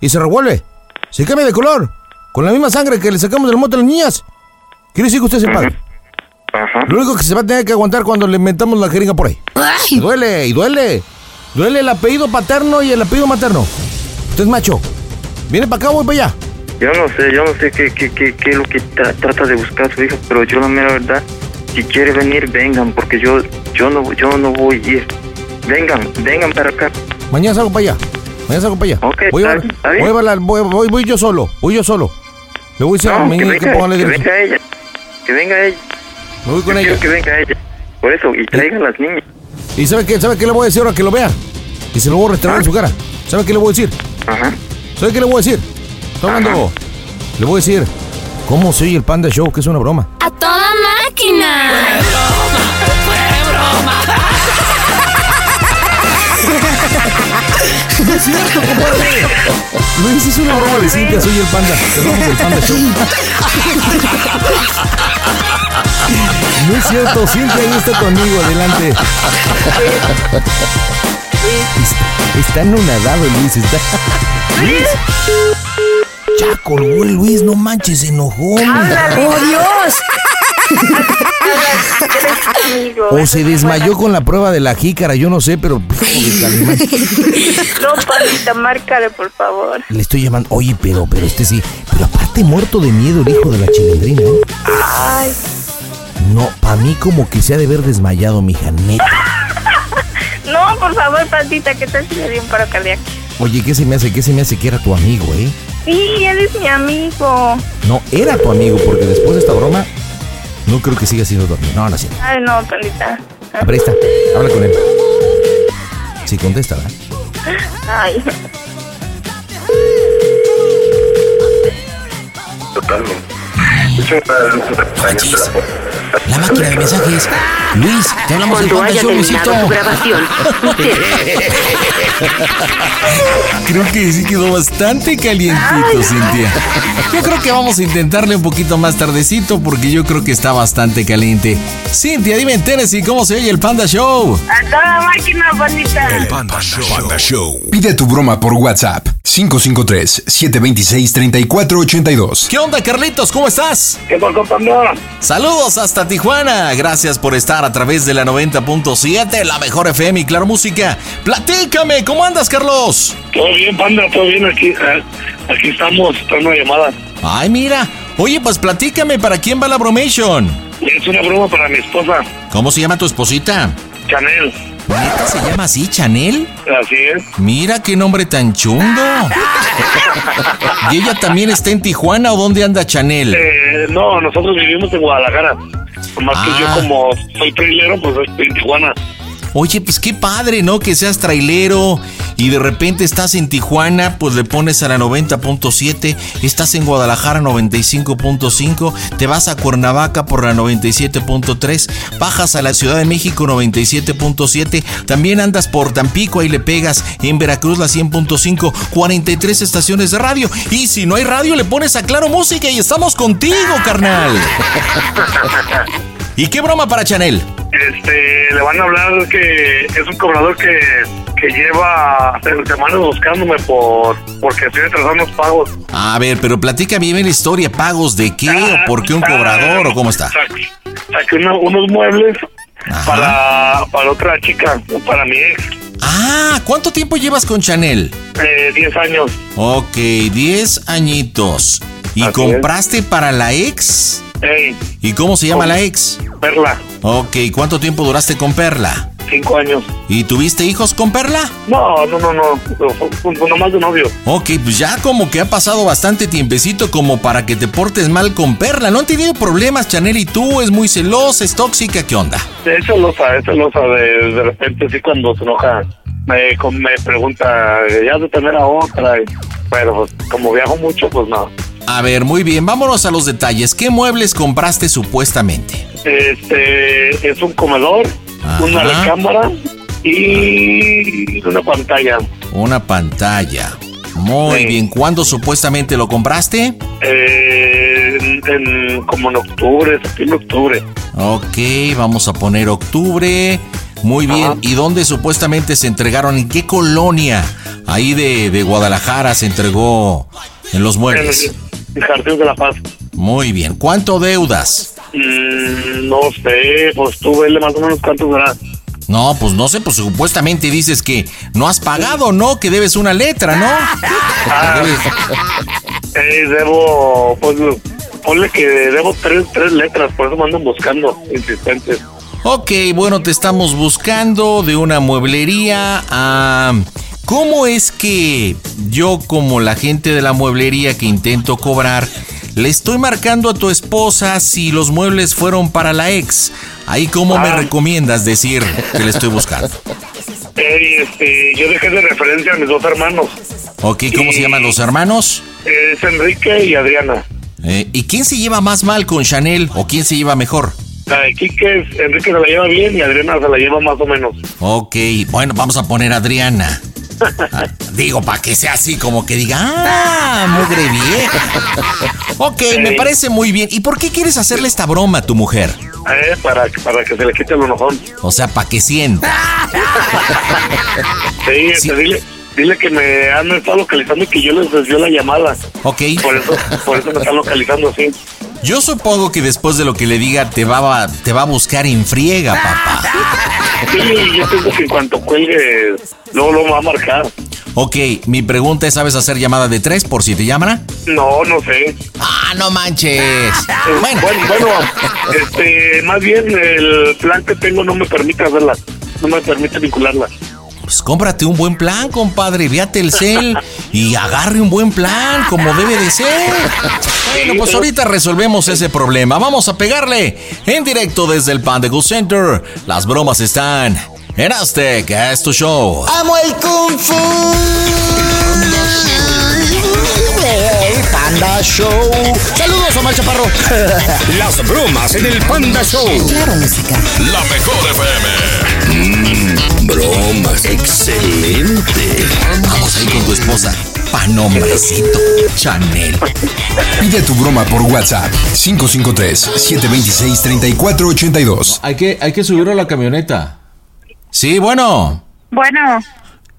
Y se revuelve. Se cambia de color. Con la misma sangre que le sacamos del mote a las niñas. Quiere decir que usted es el padre. Lo único que se va a tener que aguantar cuando le inventamos la jeringa por ahí. Y duele, y duele. Duele el apellido paterno y el apellido materno. Usted es macho. Viene para acá, voy para allá. Yo no sé, yo no sé qué, qué, qué, qué es lo que tra- trata de buscar su hijo, pero yo la mera verdad, si quiere venir, vengan, porque yo, yo, no, yo no voy a ir. Vengan, vengan para acá. Mañana salgo para allá. Mañana salgo para allá. voy, a, llevar- bien. voy, a llevarla- voy- voy- voy yo solo. Voy yo solo. Le voy a decir a No, mi que, hija que venga, póngale que dirección. venga ella, que venga ella. Me voy con Yo ella. ¿Eh? quiero que venga ella. Por eso, y traigan las niñas. ¿Y sabe qué, sabe qué le voy a decir ahora que lo vea? Y se lo voy a restaurar en Ah. su cara. ¿Sabe qué le voy a decir? ¿Sabe qué le voy a decir? Estoy hablando. Le voy a decir, ¿cómo se oye el Panda Show? Que es una broma. ¡A toda máquina! No es cierto, compadre. Luis, es una broma de Cintia, soy el panda. Cerramos el panda show. No es cierto, Cintia ahí está conmigo, adelante. Está- Está anonadado Luis, está. Luis. Ya colgó el Luis, no manches, se enojó. hombre. Oh, Oh, O se desmayó con la prueba de la jícara, yo no sé, pero. No, Pandita, márcale, por favor. Le estoy llamando. Oye, pero, pero este sí. Pero aparte muerto de miedo el hijo de la chilindrina, ¿eh? Ay, No, para mí como que se ha de haber desmayado, mija, neta. no, por favor, Pandita, ¿qué tal si le di un paro cardíaco? Oye, ¿qué se me hace? ¿Qué se me hace que era tu amigo, eh? Sí, él es mi amigo. No, era tu amigo, porque después de esta broma, no creo que siga siendo tu amigo. No, no es cierto. Ay, no, Pandita. A ver, ahí está. Habla con él. Sí, contesta, ¿verdad? Ay. Totalmente. La máquina de mensajes. Luis, te hablamos del Cuando Panda haya Show, terminado Luisito. tu grabación, usted... Creo que sí quedó bastante calientito, Cintia. Yo creo que vamos a intentarle un poquito más tardecito porque yo creo que está bastante caliente. Cintia, dime en Tennessee cómo se oye el Panda Show. A toda máquina, bonita. Panda Show. Pide tu broma por WhatsApp 553-726-3482. ¿Qué onda, Carlitos? ¿Cómo estás? ¿Qué tal, Saludos hasta Tijuana. Gracias por estar a través de la 90.7, la mejor FM y Claro Música. Platícame, ¿cómo andas, Carlos? Todo bien, panda, todo bien aquí. eh, Aquí estamos, está una llamada. Ay, mira. Oye, pues platícame, ¿para quién va la bromation? Es una broma para mi esposa, ¿Cómo se llama tu esposita? Chanel. ¿Neta se llama así, Chanel? Así es. Mira qué nombre tan chungo. ¿Y ella también está en Tijuana o dónde anda Chanel? Eh, no, nosotros vivimos en Guadalajara. Más que yo como soy trailero, pues estoy en Tijuana. Oye, pues qué padre, ¿no? Que seas trailero y de repente estás en Tijuana, pues le pones a la 90.7, estás en Guadalajara 95.5, te vas a Cuernavaca por la 97.3, bajas a la Ciudad de México 97.7, también andas por Tampico, ahí le pegas, en Veracruz la 100.5, 43 estaciones de radio y si no hay radio le pones a Claro Música y estamos contigo, carnal. ¿Y qué broma para Chanel? Este, le van a hablar que es un cobrador que, que lleva semanas buscándome por porque estoy atrasando los pagos. A ver, pero platícame bien la historia. ¿Pagos de qué? ¿O por qué un cobrador? ¿O cómo está? Saqué una- unos muebles para, para otra chica, para mi ex, Ah, ¿cuánto tiempo llevas con Chanel? de 10 años. Ok, 10 añitos. ¿Y compraste para la ex? Ey, ¿Y cómo se llama la ex? Perla, Ok, ¿cuánto tiempo duraste con Perla? 5 años. ¿Y tuviste hijos con Perla? No, no, no, no, no, no, nomás de novio. Ok, pues ya como que ha pasado bastante tiempecito como para que te portes mal con Perla. ¿No han tenido problemas Chanel y tú? ¿Es muy celosa? ¿Es tóxica? ¿Qué onda? Es celosa, es celosa. De, de repente, sí, cuando se enoja, me, con- me pregunta, ¿ya de tener a otra? Y- Pero, pues, como viajo mucho, pues no. A ver, muy bien, vámonos a los detalles. ¿Qué muebles compraste supuestamente? Este, es un comedor, una recámara y una pantalla. Una pantalla. Muy bien, ¿cuándo supuestamente lo compraste? Eh, en- en- como en octubre, septiembre, octubre. Ok, vamos a poner octubre. Muy bien, ¿y dónde supuestamente se entregaron? ¿En qué colonia? Ahí de, de Guadalajara se entregó en los muebles. En el Jardín de la Paz. Muy bien, ¿cuánto deudas? Mm, no sé, pues tú vele más o menos cuánto será. No, pues no sé, pues supuestamente dices que no has pagado, ¿no? Que debes una letra, ¿no? Ah, eh, debo, pues, ponle que debo tres, tres letras, por eso me andan buscando, insistentes. Ok, bueno, te estamos buscando de una mueblería a... ¿Cómo es que yo, como la gente de la mueblería que intento cobrar, le estoy marcando a tu esposa si los muebles fueron para la ex? Ahí, ¿cómo me recomiendas decir que le estoy buscando? Eh, este, yo dejé de referencia a mis dos hermanos, Ok, ¿cómo se llaman los hermanos? es Enrique y Adriana. Eh, ¿Y quién se lleva más mal con Chanel o quién se lleva mejor? La de Quique, es- Enrique se la lleva bien y Adriana se la lleva más o menos. Ok, bueno, vamos a poner a Adriana. Ah, Digo, para que sea así, como que diga, ¡ah, mugre vieja! Ok, me parece muy bien. ¿Y por qué quieres hacerle esta broma a tu mujer? Eh, para, para que se le quite el enojón. O sea, para que sienta. Sí, este, dile, dile que me han estado localizando y que yo les desvió la llamada. Ok. Por eso, por eso me están localizando así. Yo supongo que después de lo que le diga, te va a, te va a buscar en friega, papá. Sí, yo pienso que en cuanto cuelgue, luego lo va a marcar. Ok, mi pregunta es, ¿sabes hacer llamada de tres por si te llaman? No, no sé. Ah, no manches. Bueno, bueno, este, más bien el plan que tengo no me permite hacerla, no me permite vincularla. Pues cómprate un buen plan, compadre. Véate el cel y agarre un buen plan, como debe de ser. Bueno, pues ahorita resolvemos ese problema. Vamos a pegarle en directo desde el Pandego Center. Las bromas están en Aztec. Es tu show. Amo el Kung Fu. Panda Show. Saludos, Omar Chaparro. Las bromas en el Panda Show. Claro, música. La mejor FM. bromas, excelente. Vamos ahí con tu esposa. Panombrecito Chanel. Pide tu broma por WhatsApp 553-726-3482. Hay que, hay que subirlo a la camioneta. Sí, bueno. Bueno,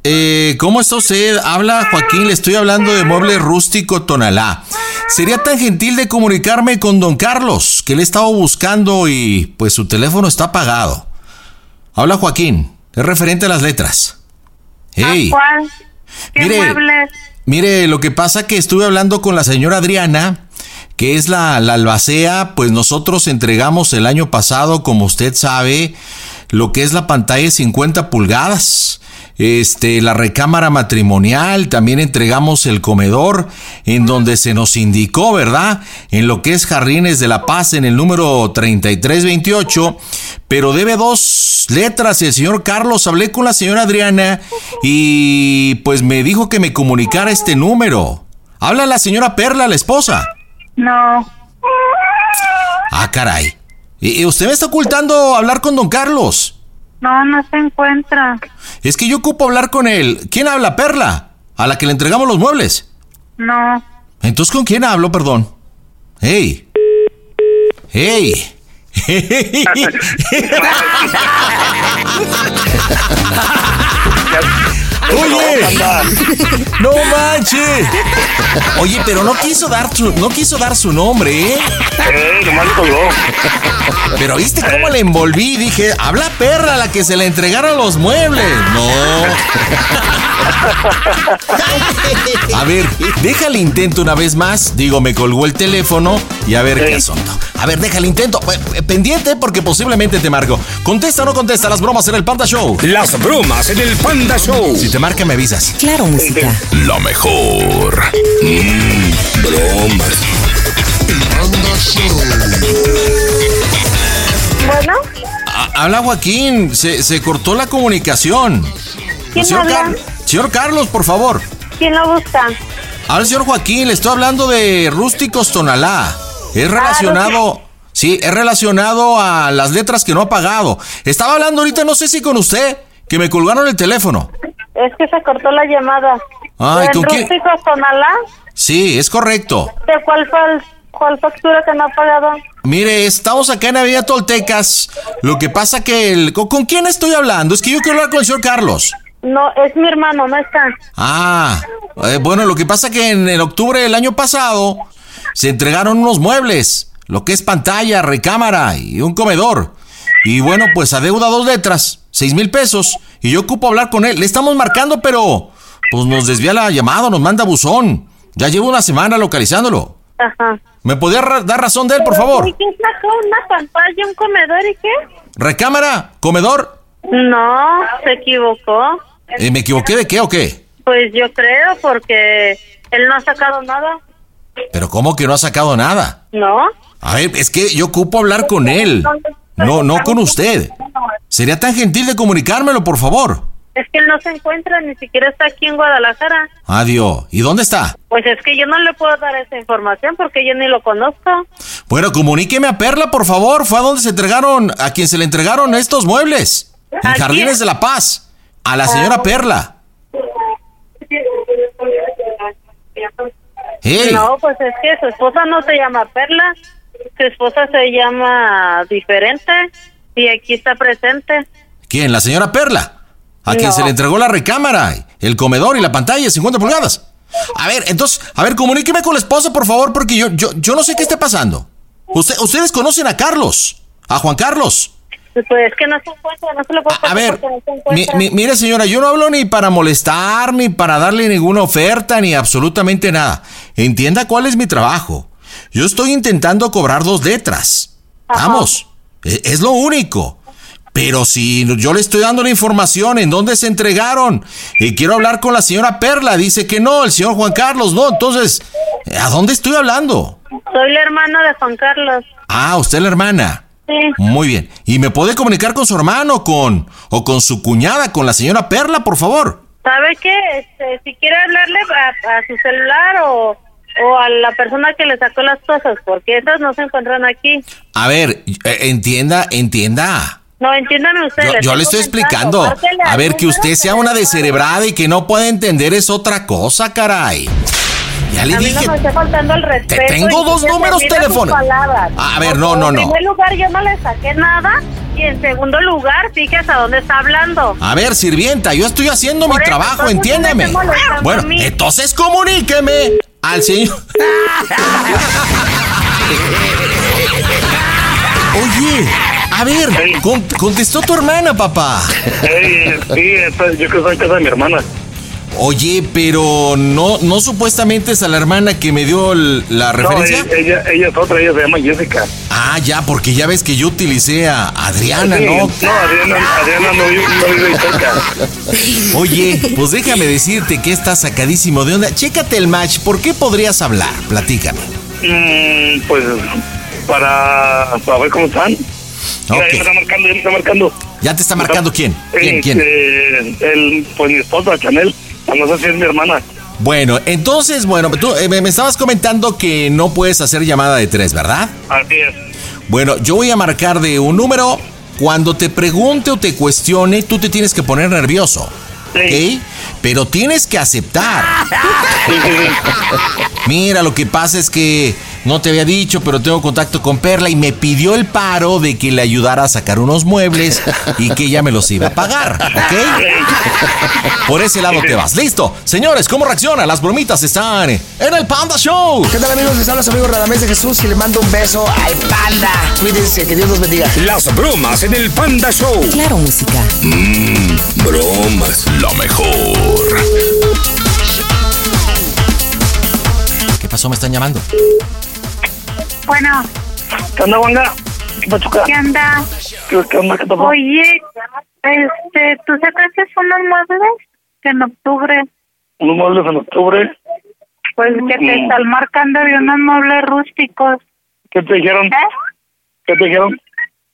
Eh, ¿Cómo está usted? Habla Joaquín, le estoy hablando de Mueble Rústico Tonalá. Sería tan gentil de comunicarme con don Carlos, que le he estado buscando y pues su teléfono está apagado. Habla Joaquín, es referente a las letras. Ah, Hey, ¿cuál? ¿Qué Mire. muebles? mire, lo que pasa que estuve hablando con la señora Adriana, que es la, la albacea, pues nosotros entregamos el año pasado, como usted sabe, lo que es la pantalla de 50 pulgadas. Este, la recámara matrimonial, también entregamos el comedor en donde se nos indicó, ¿verdad? En lo que es Jardines de la Paz en el número 3328, pero debe dos letras el señor Carlos. Hablé con la señora Adriana y pues me dijo que me comunicara este número. Habla la señora Perla, la esposa. No, Ah, caray. ¿Y y usted me está ocultando hablar con don Carlos? no, no se encuentra. Es que yo ocupo hablar con él. ¿Quién habla, Perla? A la que le entregamos los muebles. No, Entonces, ¿con quién hablo, perdón? ¡Ey! ¡Ey! ¡Oye! ¡No manches! Oye, pero no quiso dar su, no quiso dar su nombre, ¿eh? Pero viste cómo le envolví, dije, habla perra la que se le entregaron los muebles. No. A ver, déjale intento una vez más. Digo, me colgó el teléfono y a ver qué asunto. A ver, déjale intento. Eh, eh, Pendiente porque posiblemente te marco. Contesta o no contesta las bromas en el Panda Show. Las bromas en el Panda Show. Si te marca, me avisas. Claro, música. Lo mejor. Mm, Bromas. bueno, Ah, Habla Joaquín, se, se cortó la comunicación. ¿Quién señor, habla? Carlos- señor Carlos, por favor. ¿quién lo busca? Al señor Joaquín, le estoy hablando de Rústicos Tonalá. Es relacionado, sí, es relacionado a las letras que no ha pagado. Estaba hablando ahorita, no sé si con usted, que me colgaron el teléfono. Es que se cortó la llamada. Ay, ¿El ¿con quién? rústico Tonalá? Sí, es correcto. ¿De cuál fue el- cuál factura que no ha pagado? Mire, estamos acá en Avenida Toltecas. Lo que pasa que el... ¿Con con quién estoy hablando? Es que yo quiero hablar con el señor Carlos. No, es mi hermano, no está. Ah, eh, bueno, lo que pasa que en, en octubre del año pasado se entregaron unos muebles, lo que es pantalla, recámara y un comedor. Y bueno, pues adeuda dos letras, seis mil pesos, y yo ocupo hablar con él. Le estamos marcando, pero pues nos desvía la llamada, nos manda buzón. Ya llevo una semana localizándolo. Ajá. ¿Me podría ra- dar razón de él, por favor? ¿Y quién sacó una pantalla, un comedor y qué? ¿Recámara? ¿Comedor? No, se equivocó. Eh, ¿Me equivoqué de qué o qué? Pues yo creo, porque él no ha sacado nada. ¿Pero cómo que no ha sacado nada? ¿No? A ver, es que yo ocupo hablar con él. No, no con usted. ¿Sería tan gentil de comunicármelo, por favor? Es que él no se encuentra, ni siquiera está aquí en Guadalajara. Adiós. ¿Y dónde está? Pues es que yo no le puedo dar esa información porque yo ni lo conozco. Bueno, comuníqueme a Perla, por favor. Fue a donde se entregaron, a quien se le entregaron estos muebles. En ¿A quién? Jardines de la Paz. A la señora Perla. Ey. No, pues es que su esposa no se llama Perla, su esposa se llama diferente y aquí está presente. ¿Quién? La señora Perla. A quien No. se le entregó la recámara, el comedor y la pantalla de 50 pulgadas. A ver, entonces, a ver, comuníqueme con la esposa, por favor, porque yo, yo, yo no sé qué esté pasando. Usted- ustedes conocen a Carlos, a Juan Carlos. Pues es que no se encuentra, no se lo puedo A ver, porque no se Mi- encuentra. mi- mire señora, yo no hablo ni para molestar, ni para darle ninguna oferta, ni absolutamente nada. Entienda cuál es mi trabajo. Yo estoy intentando cobrar dos letras. Vamos, e- es, lo único. Pero si yo le estoy dando la información en dónde se entregaron y quiero hablar con la señora Perla, dice que no, el señor Juan Carlos no, entonces, ¿a dónde estoy hablando? Soy la hermana de Juan Carlos. Ah, usted es la hermana. Sí. Muy bien. ¿Y me puede comunicar con su hermano, con o con su cuñada, con la señora Perla, por favor? ¿Sabe qué? Este, si quiere hablarle a, a su celular o o a la persona que le sacó las cosas, porque esas no se encuentran aquí. A ver, eh, entienda, entienda. No, entiéndame ustedes. Yo, yo le estoy explicando. A ver, que usted sea una descerebrada y que no pueda entender es otra cosa, caray. Ya le a dije. mí no me está faltando el respeto. tengo y dos tú te números terminas tus telefónicos. palabras. A ver, no, no, no. En primer lugar, yo no le saqué nada. Y en segundo lugar, fíjese a dónde está hablando. A ver, sirvienta, yo estoy haciendo Por mi eso, trabajo, entonces, entiéndeme. ¿me estás molestando Bueno, a mí? entonces comuníqueme al señor. Oye, a ver, con- contestó tu hermana, papá. Ey, sí, esa- yo creo que soy casa de mi hermana. Oye, pero no, no supuestamente es a la hermana que me dio el- la referencia. No, e- ella, ella es otra, ella se llama Jessica. Ah, ya, porque ya ves que yo utilicé a Adriana, Sí, ¿no? No, Adriana, Adriana no, vive- no vive ahí cerca. Oye, pues déjame decirte que estás sacadísimo de onda. Chécate el match, ¿por qué podrías hablar? Platícame. Mm, pues para, para ver cómo están. Mira, ya me está marcando, ya me está marcando. ¿Ya te está marcando quién? Eh, ¿Quién? ¿Quién? eh, el, pues mi esposa, Chanel. No sé si es mi hermana. Bueno, entonces, bueno, tú eh, me me estabas comentando que no puedes hacer llamada de tres, ¿verdad? Así es. Bueno, yo voy a marcar de un número. Cuando te pregunte o te cuestione, tú te tienes que poner nervioso. ¿Ok? Pero tienes que aceptar. Mira, lo que pasa es que no te había dicho, pero tengo contacto con Perla y me pidió el paro de que le ayudara a sacar unos muebles y que ella me los iba a pagar. ¿Ok? Por ese lado te vas. Listo. Señores, ¿cómo reacciona? Las bromitas están en el Panda Show. ¿Qué tal amigos? Les habla su amigo Radamés de Jesús y le mando un beso al panda. Cuídense, que Dios los bendiga. Las bromas en el Panda Show. Claro, música. Mmm, bromas, lo mejor. ¿Qué pasó? Me están llamando. Bueno, ¿Qué onda, Wanga? ¿Qué Pues, pachuca? ¿qué anda? ¿Qué, qué onda? ¿Qué pasó? Oye, este, ¿tú sacaste unos muebles en octubre? Unos muebles en octubre. Pues que te Mm. están marcando de unos muebles rústicos. ¿Qué te dijeron? ¿Qué te dijeron?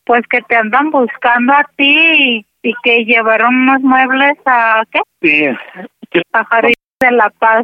Pues que te andan buscando a ti y, y que llevaron unos muebles a, ¿qué? Sí. A Jardín de la Paz.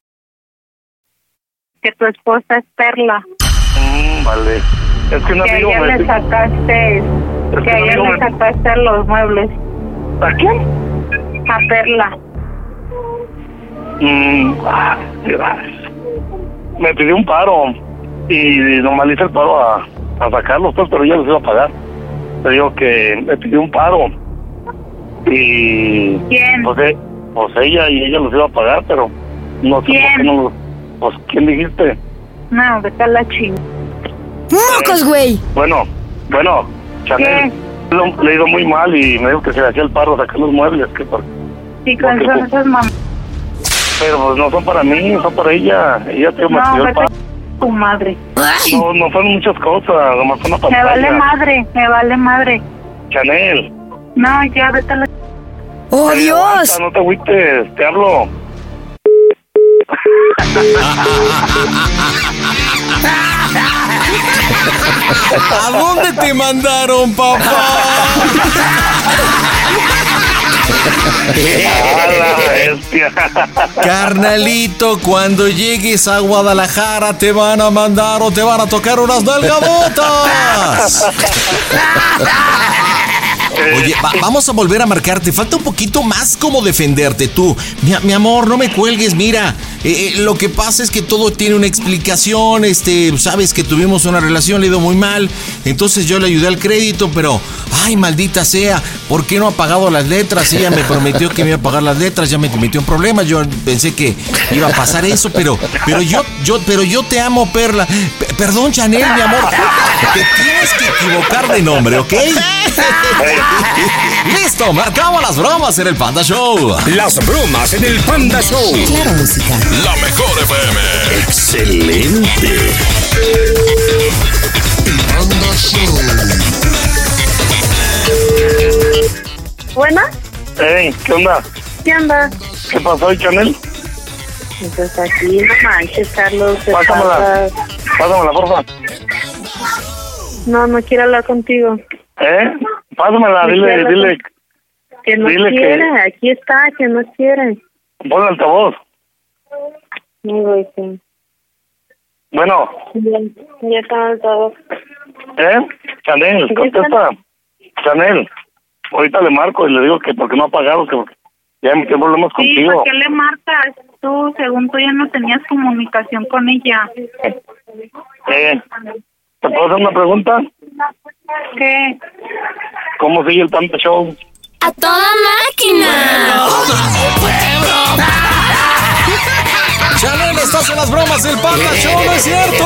Que tu esposa es Perla. Mm, vale. Es que un que a amigo ella me... le sacaste, que a ella le sacaste los muebles. ¿A quién? A Perla. Mm, ah, me pidió un paro y nomás le hice el paro a, a sacarlos, pues, pero ya los iba a pagar. Te digo que me pidió un paro y. ¿Quién? Pues, eh, pues ella y ella los iba a pagar, pero no sé por qué ¿Quién? no los- Pues, ¿quién dijiste? No, vete a la chingada. ¡Mocos, güey! Bueno, bueno, Chanel lo- le he ido muy mal y me dijo que se le hacía el paro sacar los muebles, que por- Y con Ok, esas- esas mamás. pero pues no son para mí, son para ella. Ella te me No, pidió el vete paro. a tu madre. No, no son muchas cosas, nomás fue una Me pantalla. vale madre, me vale madre. Chanel. No, ya vete a la ¡Oh, Dios! no te agüites, te hablo. ¿A dónde te mandaron, papá? Carnalito, cuando llegues a Guadalajara te van a mandar o te van a tocar unas nalgabotas. Oye, va- vamos a volver a marcarte. Falta un poquito más como defenderte tú. Mi, mi amor, no me cuelgues. Mira, eh, eh, lo que pasa es que todo tiene una explicación. Este, sabes que tuvimos una relación, le ido muy mal. Entonces yo le ayudé al crédito, pero, ay, maldita sea, ¿por qué no ha pagado las letras? Ella me prometió que me iba a pagar las letras, ya me metió en problemas. Yo pensé que iba a pasar eso, pero, pero yo, yo, pero yo te amo, Perla. P- perdón, Chanel, mi amor. Te tienes que equivocar de nombre, ¿ok? Listo, marcamos las bromas en el Panda Show. Las bromas en el Panda Show. Claro, música. La mejor FM. Excelente. Bueno, Ey, ¿qué onda? ¿qué onda? ¿Qué pasó, Chanel? Entonces Pues, aquí, no manches, Carlos. te Pásamela. pasas. Pásamela, porfa. No, no quiero hablar contigo. ¿Eh? Pásamela, Sí, dile, claro. dile. Que no Dile que- quiere, aquí está, que no quiere. Pon el altavoz. Muy bien. Bueno, Ya está todo. ¿eh? Chanel, contesta. Chanel, ahorita le marco y le digo que porque no ha pagado, que porque ya me tengo problemas pues, Sí, contigo. ¿por qué le marcas? Tú, según tú, ya no tenías comunicación con ella. Eh, ¿Te puedo hacer una pregunta? ¿Qué? ¿Cómo sigue el Panda Show? ¡A toda máquina! Chanel, estás en las bromas del Panda Show, no es cierto.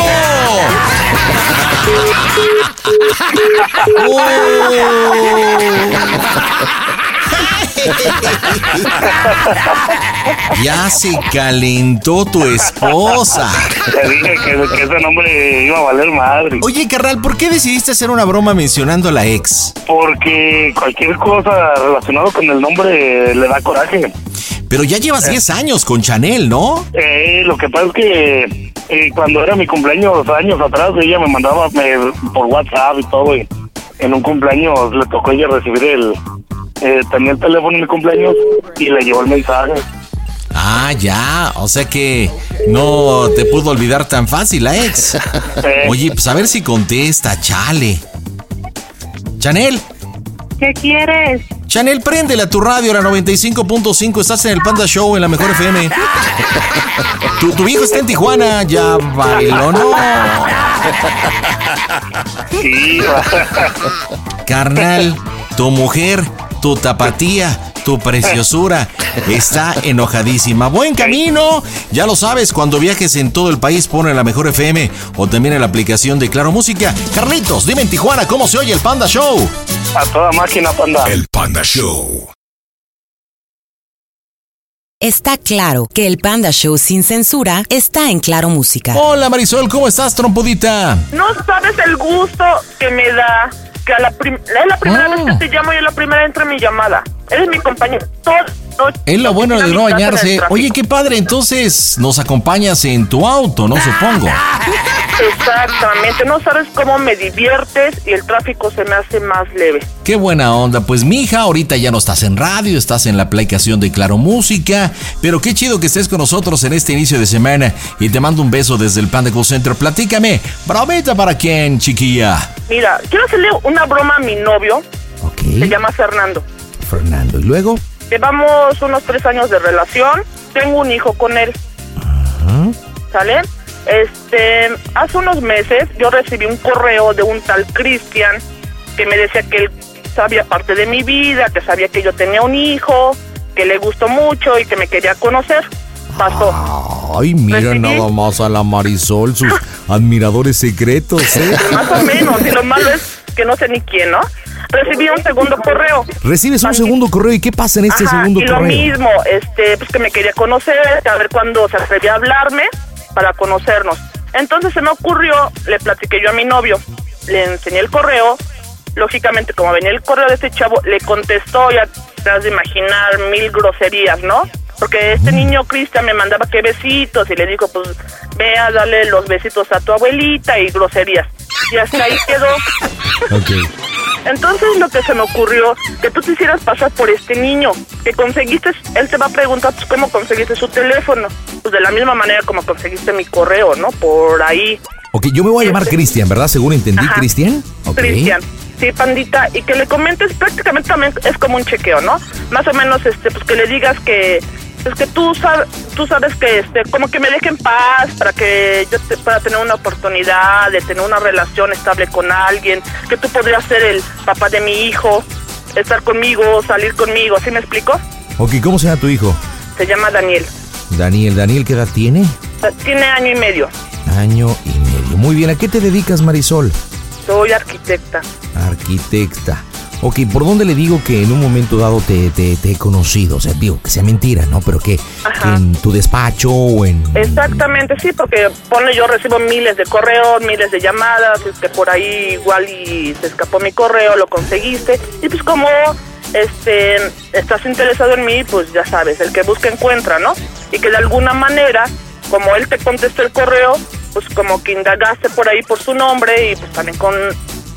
Ya se calentó tu esposa. Te dije que, que ese nombre iba a valer madre. Oye, carnal, ¿por qué decidiste hacer una broma mencionando a la ex? Porque cualquier cosa relacionada con el nombre le da coraje. Pero ya Eh. llevas 10 años con Chanel, ¿no? Eh, lo que pasa es que eh, cuando era mi cumpleaños años atrás, ella me mandaba me- por WhatsApp y todo. Y en un cumpleaños le tocó a ella recibir el eh, también el teléfono en mi cumpleaños y le llevó el mensaje. Ah, ya. O sea que no te pudo olvidar tan fácil la ex. Oye, pues a ver si contesta, chale. Chanel, ¿Qué quieres? Chanel, préndele a tu radio, la 95.5. Estás en el Panda Show, en la mejor FM. Tu, tu hijo está en Tijuana, ya bailó, ¿no? Sí, Carnal, tu mujer, tu tapatía, tu preciosura está enojadísima. Buen camino. Ya lo sabes, cuando viajes en todo el país pone la mejor FM o también en la aplicación de Claro Música. Carlitos, dime en Tijuana cómo se oye el Panda Show. a toda máquina, panda. El Panda Show. Está claro que el Panda Show sin censura está en Claro Música. Hola Marisol, ¿cómo estás, trompudita? No sabes el gusto que me da. Que a la prim- es la primera vez que te llamo y es la primera entre mi llamada. Eres mi compañero. Todo, Es lo bueno de no bañarse. Oye, qué padre, entonces nos acompañas en tu auto, ¿no? Supongo. Exactamente. No sabes cómo me diviertes y el tráfico se me hace más leve. Qué buena onda, pues mija, ahorita ya no estás en radio, estás en la aplicación de Claro Música, pero qué chido que estés con nosotros en este inicio de semana y te mando un beso desde el Panda Call Center. Platícame, brometa para quién, chiquilla. Mira, quiero hacerle una broma a mi novio. Se llama Fernando. Fernando, ¿y luego? Llevamos unos tres años de relación. Tengo un hijo con él. ¿Sale? Este, hace unos meses yo recibí un correo de un tal Cristian que me decía que él sabía parte de mi vida, que sabía que yo tenía un hijo, que le gustó mucho y que me quería conocer. Pasó. Ay, mira nada más a la Marisol, sus admiradores secretos, ¿eh? Más o menos, y lo malo es que no sé ni quién, ¿no? Recibí un segundo correo. Recibes un segundo correo y ¿qué pasa en este Ajá, segundo y lo correo? mismo, este, pues que me quería conocer, a ver cuándo se atrevía a hablarme para conocernos. Entonces se me ocurrió, le platiqué yo a mi novio, le enseñé el correo, lógicamente como venía el correo de este chavo, le contestó, ya te has de imaginar mil groserías, ¿no? Porque este Mm. niño Cristian me mandaba que besitos y le digo, pues ve a darle los besitos a tu abuelita y groserías. Y hasta ahí quedó. Entonces lo que se me ocurrió, que tú te hicieras pasar por este niño, que conseguiste, él te va a preguntar pues, cómo conseguiste su teléfono, pues de la misma manera como conseguiste mi correo, ¿no? Por ahí, Ok, yo me voy a llamar Cristian, ¿verdad? Seguro entendí, Este. Ajá. Cristian. Ok. Cristian. Sí, pandita, y que le comentes prácticamente también es como un chequeo, ¿no? Más o menos, este, pues que le digas que, pues que tú sabes, tú sabes que, este, como que me deje en paz para que yo te- pueda tener una oportunidad de tener una relación estable con alguien, que tú podrías ser el papá de mi hijo, estar conmigo, salir conmigo, ¿sí me explico? Ok, ¿cómo se llama tu hijo? Se llama Daniel, Daniel, Daniel, ¿qué edad tiene? tiene año y medio, Año y medio. Muy bien, ¿a qué te dedicas, Marisol? soy arquitecta. Arquitecta. Ok, ¿por dónde le digo que en un momento dado te, te- te he conocido? O sea, digo, que sea mentira, ¿no? Pero que Ajá. en tu despacho o en... Exactamente, sí, porque ponle yo recibo miles de correos, miles de llamadas, este por ahí igual y se escapó mi correo, lo conseguiste y pues como este estás interesado en mí, pues ya sabes, el que busca encuentra, ¿no? Y que de alguna manera, como él te contestó el correo, pues como que indagaste por ahí por su nombre y pues también con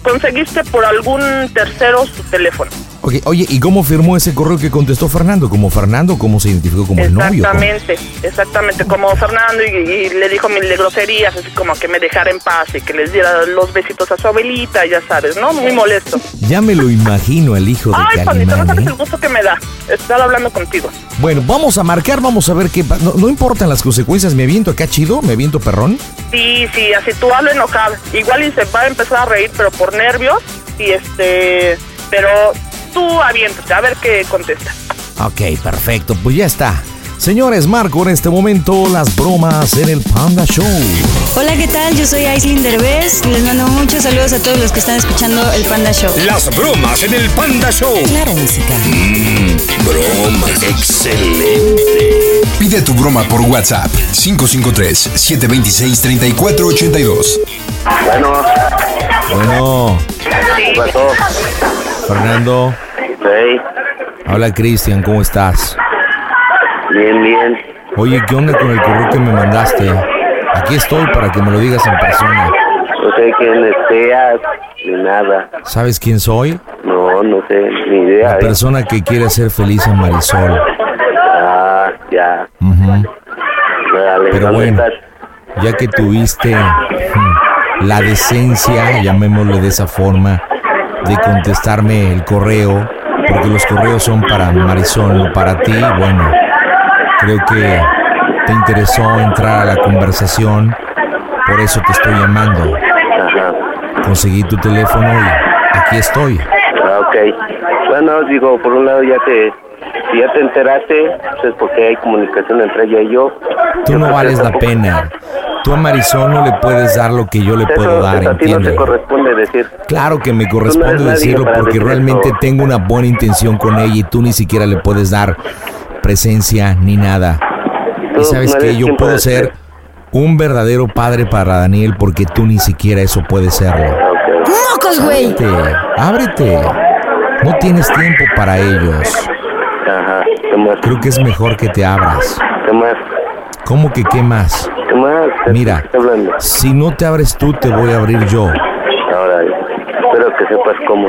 conseguiste por algún tercero su teléfono. Ok, oye, ¿y cómo firmó ese correo que contestó Fernando? ¿Como Fernando? ¿Cómo se identificó como el novio? ¿Cómo? Exactamente, exactamente, como Fernando y, y le dijo mil de groserías, así como que me dejara en paz y que les diera los besitos a su abuelita, ya sabes, ¿no? Muy molesto. Ya me lo imagino el hijo de Ay, Juanito, no Calimán, sabes ¿eh? el gusto que me da estar hablando contigo. Bueno, vamos a marcar, vamos a ver qué pasa. No, no importan las consecuencias, me aviento acá chido, me aviento perrón. Sí, sí, así tú hazlo enojar. Igual y se va a empezar a reír, pero por nervios y este... Pero tú aviéntate, a ver qué contesta. Ok, perfecto, pues ya está. Señores, marco en este momento las bromas en el Panda Show. Hola, ¿qué tal? Yo soy Aislinn Derbez. Les mando muchos saludos a todos los que están escuchando el Panda Show. Las bromas en el Panda Show. Claro, música. bromas, excelente. Pide tu broma por WhatsApp 553-726-3482. Bueno, Bueno, ¿qué pasó? Fernando, Sí, habla Cristian, ¿cómo estás? bien, bien. Oye, ¿qué onda con el correo que me mandaste? Aquí estoy para que me lo digas en persona. No sé quién seas ni nada. ¿Sabes quién soy? No, no sé, ni idea. La ¿eh? persona que quiere hacer feliz a Marisol. Ah, ya. Ujú. Dale, Pero ¿dónde bueno, estás? ya que tuviste mm, la decencia, llamémoslo de esa forma, de contestarme el correo, porque los correos son para Marisol, no para ti, bueno, creo que te interesó entrar a la conversación, por eso te estoy llamando. Conseguí tu teléfono y aquí estoy. Ah, ok. Bueno, digo, por un lado ya te... Si ya te enteraste, pues es porque hay comunicación entre ella y yo. Tú no vales la pena. Tú a Marisol no le puedes dar lo que yo le puedo dar, a ti no te ¿entiendes? corresponde decir. Claro que me Tú corresponde no eres nadie decirlo para porque decir realmente eso. tengo una buena intención con ella y tú ni siquiera le puedes dar presencia ni nada. Tú Y sabes no que eres yo quien puedo para ser un verdadero padre para Daniel porque tú ni siquiera eso puedes serlo. Ah, ¡Mocos, güey! Ábrete, ábrete. No tienes tiempo para ellos. Ajá, ¿qué más? Creo que es mejor que te abras. ¿Qué más? ¿Cómo que qué más? ¿Qué más? Mira, si no te abres tú, te voy a abrir yo. Ahora, espero que sepas cómo.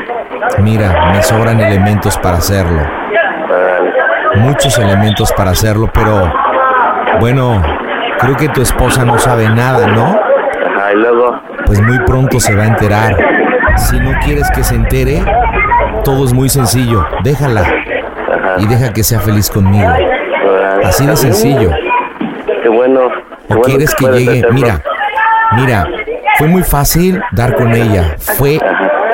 Mira, me sobran elementos para hacerlo. Muchos elementos para hacerlo, pero bueno, creo que tu esposa no sabe nada, ¿no? Ajá, y luego, Pues muy pronto se va a enterar. Si no quieres que se entere, todo es muy sencillo. Déjala y deja que sea feliz conmigo. Así de sencillo. qué bueno. qué ¿O bueno quieres que puedes llegue? hacerlo. Mira, mira, fue muy fácil dar con ella. Fue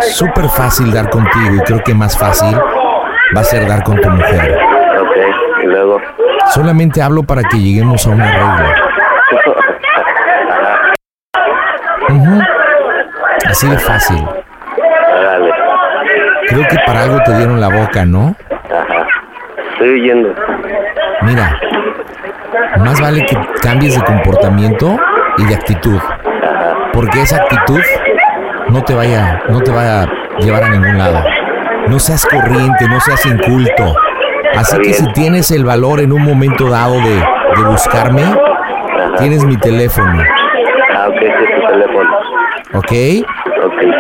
súper fácil dar contigo y creo que más fácil va a ser dar con tu mujer. Ok, Eh, y luego. Solamente hablo para que lleguemos a un arreglo. Ajá, Ujú. Así de fácil. órale. Creo que para algo te dieron la boca, ¿no? Ajá. Estoy huyendo. Mira, más vale que cambies de comportamiento y de actitud. Porque esa actitud no te vaya, no te va a llevar a ningún lado. No seas corriente, no seas inculto. Así que si tienes el valor en un momento dado de, de buscarme, tienes mi teléfono, Ah, ok, sí, tu teléfono. ¿ok? Ok.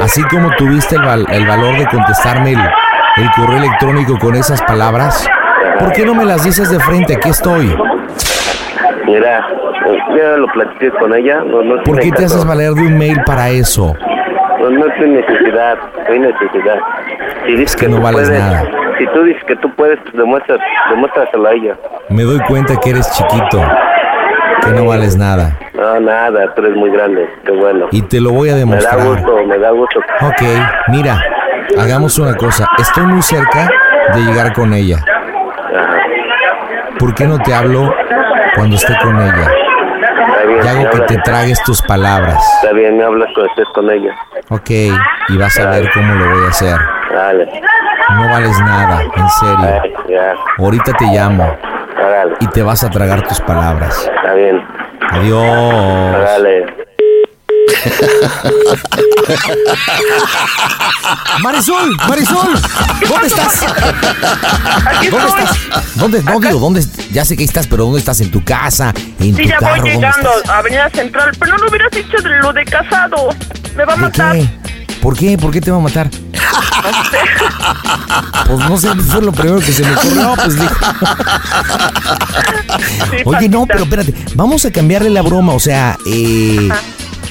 Así como tuviste el, val- el valor de contestarme el, el correo electrónico con esas palabras, ¿por qué no me las dices de frente? Aquí estoy. Mira, ya lo platiqué con ella. No, no ¿Por tiene qué te caso. haces valer de un mail para eso? No, no es necesidad, no hay necesidad. Si dices que, no tú vales puedes, nada. si tú dices que tú puedes, pues demuestras, demuéstraselo a ella. Me doy cuenta que eres chiquito, que no vales nada. No, nada, tú eres muy grande, qué bueno. Y te lo voy a me da demostrar. gusto, me da gusto. Ok, mira, hagamos una cosa. Estoy muy cerca de llegar con ella. ¿Por qué no te hablo cuando esté con ella? Está bien, Y me hago que hablas- te tragues tus palabras. Está bien, me hablas cuando estés con ella. Ok, y vas a ver cómo lo voy a hacer. Dale, No vales nada, en serio. ya, Ahorita te llamo órale, y te vas a tragar tus palabras. está bien, Adiós. órale. Marisol, Marisol, ¿dónde estás? ¿Dónde estás? ¿Dónde, no, digo, ¿dónde? Ya sé que ahí estás, pero ¿dónde estás? ¿En tu casa? ¿En Sí, tu ya carro? voy ¿Dónde llegando estás? a Avenida Central, pero no hubieras dicho de lo de casado. Me va a ¿De matar. qué? ¿Por qué? ¿Por qué te va a matar? Pues no sé, fue lo primero que se me ocurrió. pues, dijo. Oye, no, pero espérate, vamos a cambiarle la broma, o sea, eh,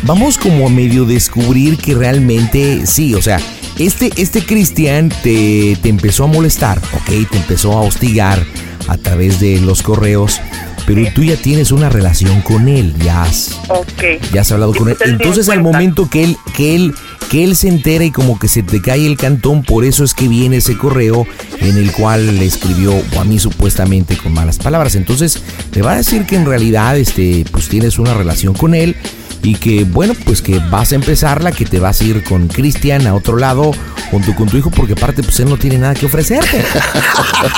vamos como a medio descubrir que realmente sí, o sea, este, este Cristian te, te empezó a molestar, ¿ok? Te empezó a hostigar a través de los correos, pero tú ya tienes una relación con él, ya has, Ok. ya has hablado con él. Él Entonces tiene al cuenta. momento que él, que él, que él se entera y como que se te cae el cantón, por eso es que viene ese correo en el cual le escribió o a mí supuestamente con malas palabras. Entonces te va a decir que en realidad este, pues tienes una relación con él y que bueno, pues que vas a empezarla, que te vas a ir con Cristian a otro lado, con tu, con tu hijo, porque aparte pues él no tiene nada que ofrecerte.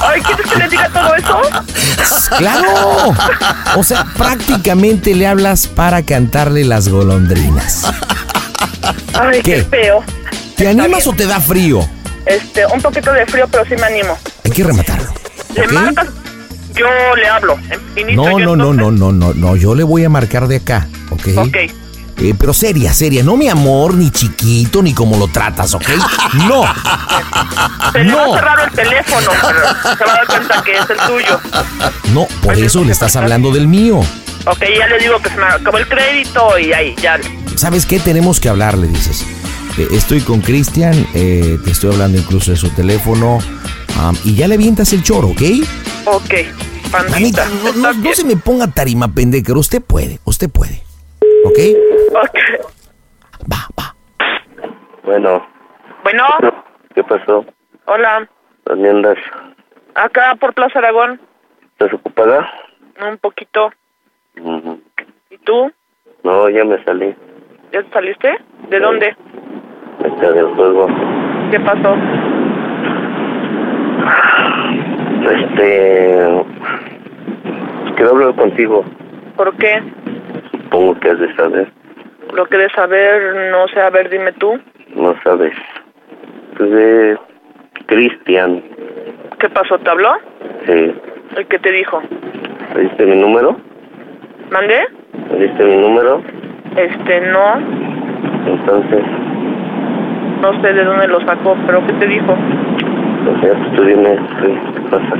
Ay, ¿quieres que le diga todo eso? ¡Claro! O sea, prácticamente le hablas para cantarle las golondrinas. Ay, qué, ¿Qué? feo. ¿Te animas o te da frío? Este, un poquito de frío, pero sí me animo. Hay que rematarlo. ¿Le marcas? Yo le hablo. Inicio No, no, yo no, no, no, no, no. Yo le voy a marcar de acá, ¿ok? Ok. Eh, pero seria, seria. No mi amor, ni chiquito, ni como lo tratas, ¿ok? No. Se le va No. a cerrar el teléfono, pero se va a dar cuenta que es el tuyo. No, por eso le estás hablando del mío. Ok, ya le digo que se me acabó el crédito y ahí, ya. ¿Sabes qué? Tenemos que hablar, le dices. Eh, Estoy con Cristian, eh, te estoy hablando incluso de su teléfono. am, y ya le avientas el choro, ¿ok? Ok, Mamita, pandita. no, no- no se me ponga tarima pendeca. Usted puede, usted puede. ¿Ok? Ok. Bueno, Bueno, ¿qué pasó? hola. ¿Dónde andas? Acá por Plaza Aragón, ¿Estás ocupada? un poquito. Ujú. ¿Y tú? No, ya me salí, ¿Ya te saliste? ¿De dónde? me está del juego. ¿Qué pasó? Este, quiero hablar contigo, ¿Por qué? supongo que has de saber, Lo que de saber, no sé, a ver, dime tú. no sabes. Pues de Cristian, ¿Qué pasó? ¿Te habló? sí. ¿El que te dijo? ¿Me diste mi número? ¿Mandé? ¿Me diste mi número? Este, no, Entonces, no sé de dónde lo sacó, pero ¿qué te dijo? o sea, pues tú dime ¿qué qué pasa.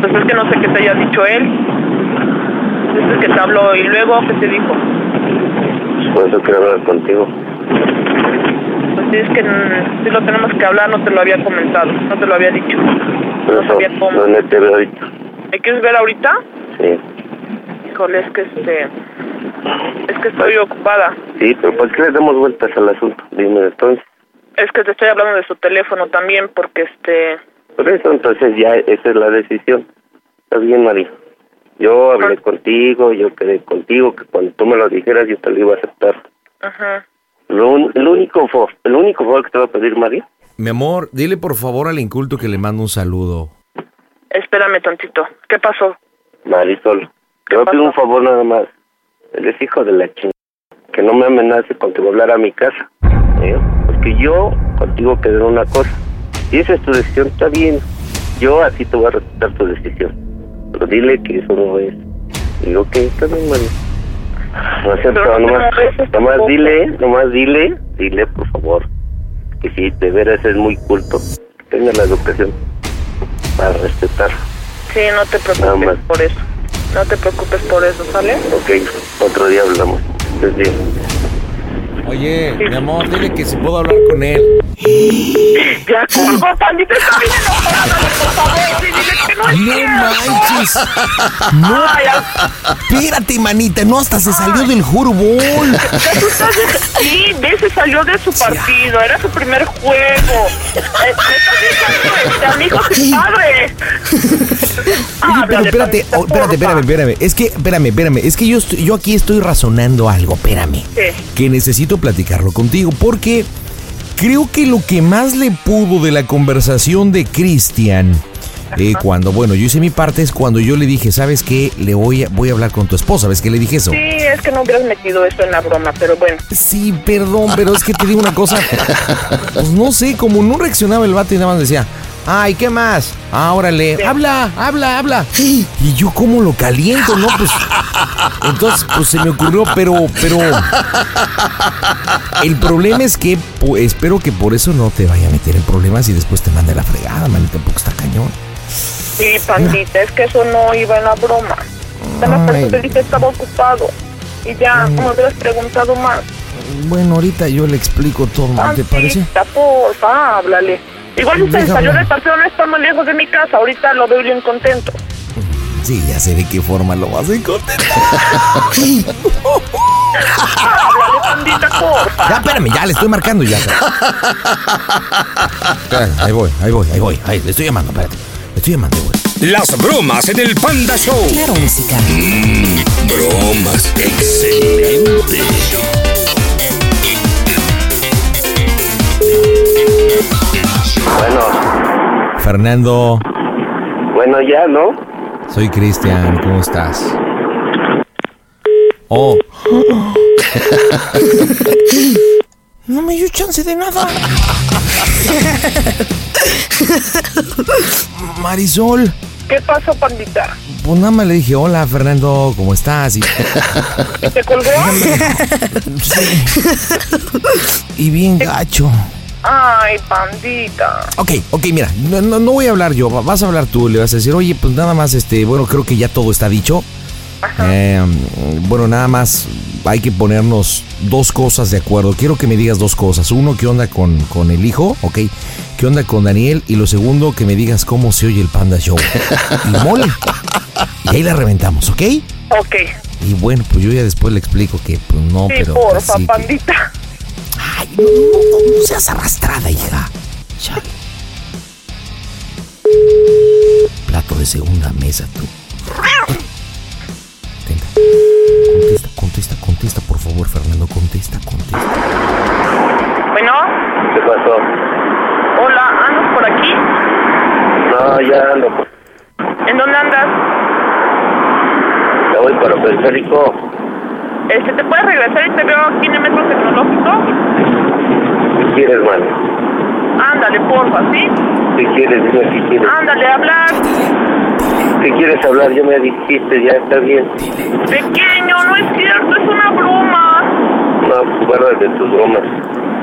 Pues es que no sé qué te haya dicho él. Es el que te habló y luego, ¿qué te dijo? Por eso quiero hablar contigo. Pues sí, es que mm, sí lo tenemos que hablar, no te lo había comentado, no te lo había dicho. Por eso, ¿dónde te veo ahorita? ¿Me quieres ver ahorita? Sí. Híjole, es que este... Es que estoy ocupada. Sí, pero ¿por qué le damos vueltas al asunto? Dime entonces. Es que te estoy hablando de su teléfono también porque este... Por eso entonces ya esa es la decisión. Está bien, María. Yo hablé contigo, yo quedé contigo, que cuando tú me lo dijeras yo te lo iba a aceptar. Ajá. Lo un- el único favor, el único favor que te voy a pedir, María, Mi amor, dile por favor al inculto que le mando un saludo. Espérame tantito. ¿Qué pasó? Marisol, te voy a pedir un favor nada más. Eres hijo de la chingada. Que no me amenace con que voy a hablar a mi casa. ¿eh? Porque yo contigo quedé en una cosa. Si esa es tu decisión, está bien. Yo así te voy a respetar tu decisión. Pero dile que eso no es. Digo que está bien, María. No acepto, Pero no te nomás, molestes nomás tampoco. dile, nomás dile, dile por favor, que si de veras es muy culto, que tenga la educación para respetar, Sí, no te nada preocupes más. por eso. No te preocupes por eso, ¿sale? Pues Ok, otro día hablamos. Entonces, bien. Oye, mi amor, dile que si puedo hablar con él. Ya colgó, pandita, está bien enojada, por favor, sí, dile que no es No cierto. manches. No. Espérate, manita. No, hasta se salió del jurbol. Ya tú estás de- Sí, ve, se salió de su partido, era su primer juego. Eh, Este amigo es padre. Oye, pero espérate, oh, espérate, espérame, espérame. Es que, espérame, espérame. Es que yo, estoy- yo aquí estoy razonando algo, espérame. ¿Qué? Que necesito platicarlo contigo porque creo que lo que más le pudo de la conversación de Cristian, eh, cuando, bueno, yo hice mi parte, es cuando yo le dije, ¿sabes qué? Le voy a, voy a hablar con tu esposa. ¿Ves que le dije eso? Sí, es que no hubieras metido esto en la broma, pero bueno. Sí, perdón, pero es que te digo una cosa. Pues no sé, como no reaccionaba el vato y nada más decía, ay, ¿qué más? Ah, órale, habla, habla, habla. Y yo como lo caliento, ¿no? Pues. Entonces, pues se me ocurrió, pero, pero. El problema es que po- espero que por eso no te vaya a meter en problemas y después te mande a la fregada, manita, porque está cañón. Sí, pandita, es que eso no iba en la broma. Nada más por eso te dije estaba ocupado. Y ya, Mm. no me hubieras preguntado más. Bueno, ahorita yo le explico todo, ¿no ¿te parece? Pandita, porfa, háblale. Igual si se Déjame. salió del paseo, no está muy lejos de mi casa. Ahorita lo veo bien contento. Sí, ya sé de qué forma lo vas a encontrar. Háblale, Ah, pandita, porfa. Ya, espérame, ya le estoy marcando ya. Espérame, ahí voy, ahí voy, ahí voy. Ahí, le estoy llamando, espérate. Le estoy llamando, güey. Las bromas en el Panda Show. Claro, música. bromas, excelente. Fernando, Bueno, ya, ¿no? soy Cristian, ¿cómo estás? Oh. No me dio chance de nada. Marisol. ¿Qué pasó, pandita? Pues nada más le dije, hola Fernando, ¿cómo estás? Y, ¿Y ¿Te colgó? y bien gacho. Ay, pandita. Ok, ok, mira, no, no, no voy a hablar yo, va- vas a hablar tú, le vas a decir, oye, pues nada más, este, bueno, creo que ya todo está dicho. Eh, bueno, nada más hay que ponernos dos cosas de acuerdo. Quiero que me digas dos cosas. Uno, ¿qué onda con, con el hijo? Ok. ¿Qué onda con Daniel? Y lo segundo, que me digas cómo se oye el Panda Show. Y mole. Y ahí la reventamos, ¿ok? Ok. Y bueno, pues yo ya después le explico que, pues no, sí, pero... porfa, así que- pandita. Ay, no, no, no seas arrastrada, hija. Chale. Plato de segunda mesa, tú. Contesta, contesta, contesta, por favor, Fernando, contesta, contesta. Bueno, ¿Qué pasó? hola, ¿andas por aquí? No, ya ando. ¿En dónde andas? Ya voy para el periférico. Este, ¿te puedes regresar y te veo aquí en el metro tecnológico? ¿Qué quieres, mano? Ándale, porfa, ¿sí? ¿Qué quieres? Dime qué quieres. Ándale, hablar. ¿Qué quieres hablar? Ya me dijiste, ya está bien. Pequeño, no es cierto, es una broma. Ah, No, guárdate tus bromas.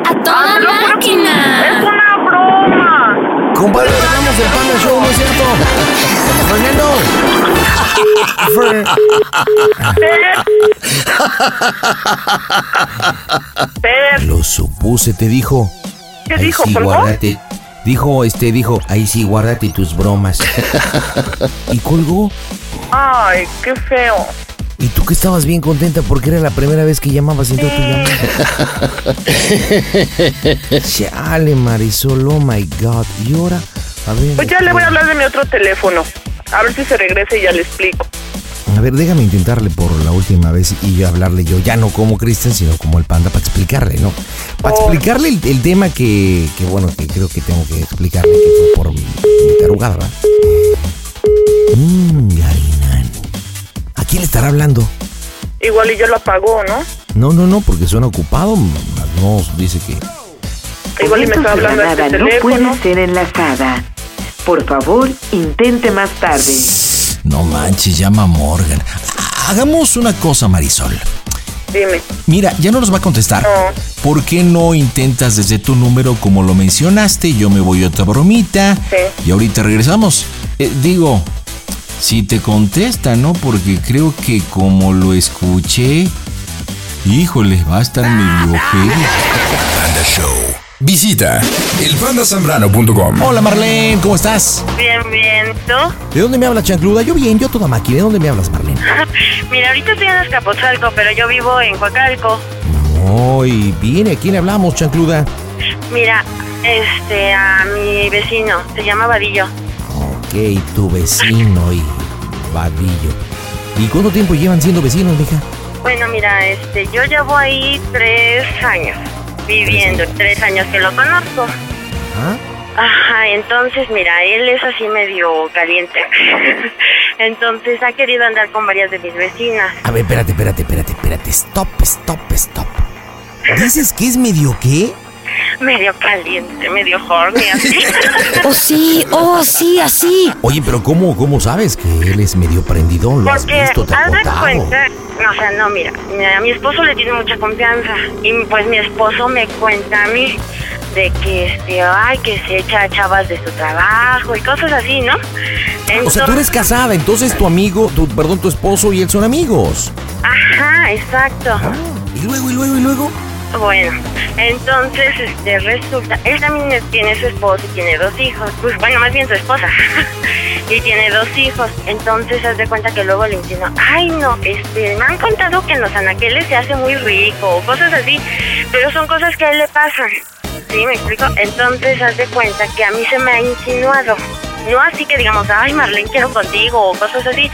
A toda máquina. Es una broma. Compadre, tenemos el Panda Show, ¿no es cierto? Fernando. Lo supuse, te dijo. ¿Qué Ahí dijo, sí, colgó? guárdate. Dijo, este, dijo, ahí sí, guárdate tus bromas. y colgó. Ay, qué feo. Y tú que estabas bien contenta porque era la primera vez que llamabas y entonces te llamaba. Chale, Marisol, oh my God. Y ahora, a ver. Pues ya le voy a hablar de mi otro teléfono. A ver si se regresa y ya le explico. A ver, déjame intentarle por la última vez y yo hablarle yo, ya no como Kristen, sino como el panda, para explicarle, ¿no? Para explicarle el, el tema que, que, bueno, que creo que tengo que explicarle, que fue por mi, mi tarugada, ¿verdad? Mmm, Garinán. ¿A quién le estará hablando? Igual y yo lo apagó, ¿no? No, no, no, porque suena ocupado, más no, dice que... Igual y me está hablando a llamada este no teléfono. puede ser enlazada. Por favor, intente más tarde. No manches, llama a Morgan. Ah, Hagamos una cosa, Marisol. Dime. Mira, ya no nos va a contestar. ¿Por qué no intentas desde tu número como lo mencionaste? Yo me voy a otra bromita y ahorita regresamos. Eh, digo, si te contesta, ¿no? Porque creo que como lo escuché, Híjole, va a estar medio Panda Show. Visita elpandasambrano.com. Hola Marlene, ¿cómo estás? Bien, bien, ¿tú? ¿De dónde me hablas, chancluda? Yo bien, yo toda maqui. ¿De dónde me hablas, Marlene? Mira, ahorita estoy en Azcapotzalco, pero yo vivo en Coacalco. Hoy viene, ¿a quién le hablamos, chancluda? Mira, este, a mi vecino, se llama Vadillo. Ok, tu vecino y Vadillo. ¿Y cuánto tiempo llevan siendo vecinos, mija? Bueno, mira, este, yo llevo ahí tres años viviendo, tres años que lo conozco. ¿Ah? Ajá, entonces mira, él es así medio caliente. entonces ha querido andar con varias de mis vecinas. A ver, espérate, espérate, espérate, espérate. Stop, stop, stop. ¿Dices que es medio qué? Medio caliente, medio horny así. Oh, sí, oh, sí, así. Oye, pero ¿cómo, cómo sabes que él es medio prendido? ¿Lo has Porque visto? ¿Te ha haz de contado? cuenta, o sea, no, mira, mira, a mi esposo le tiene mucha confianza y pues mi esposo me cuenta a mí de que, este, ay, que se echa a chavas de su trabajo y cosas así, ¿no? O sea, tú eres casada, entonces tu amigo, tu, perdón, tu esposo y él son amigos. Ajá, exacto. Ah, Y luego, y luego, y luego. Bueno, entonces, este, resulta, él también es- tiene su esposo y tiene dos hijos, pues bueno, más bien su esposa, y tiene dos hijos, entonces haz de cuenta que luego le entiendo, ay no, este, me han contado que en los anaqueles se hace muy rico, o cosas así, pero son cosas que a él le pasan, ¿sí? ¿Me explico? Entonces haz de cuenta que a mí se me ha insinuado, no así que digamos, ay Marlene, quiero contigo, o cosas así,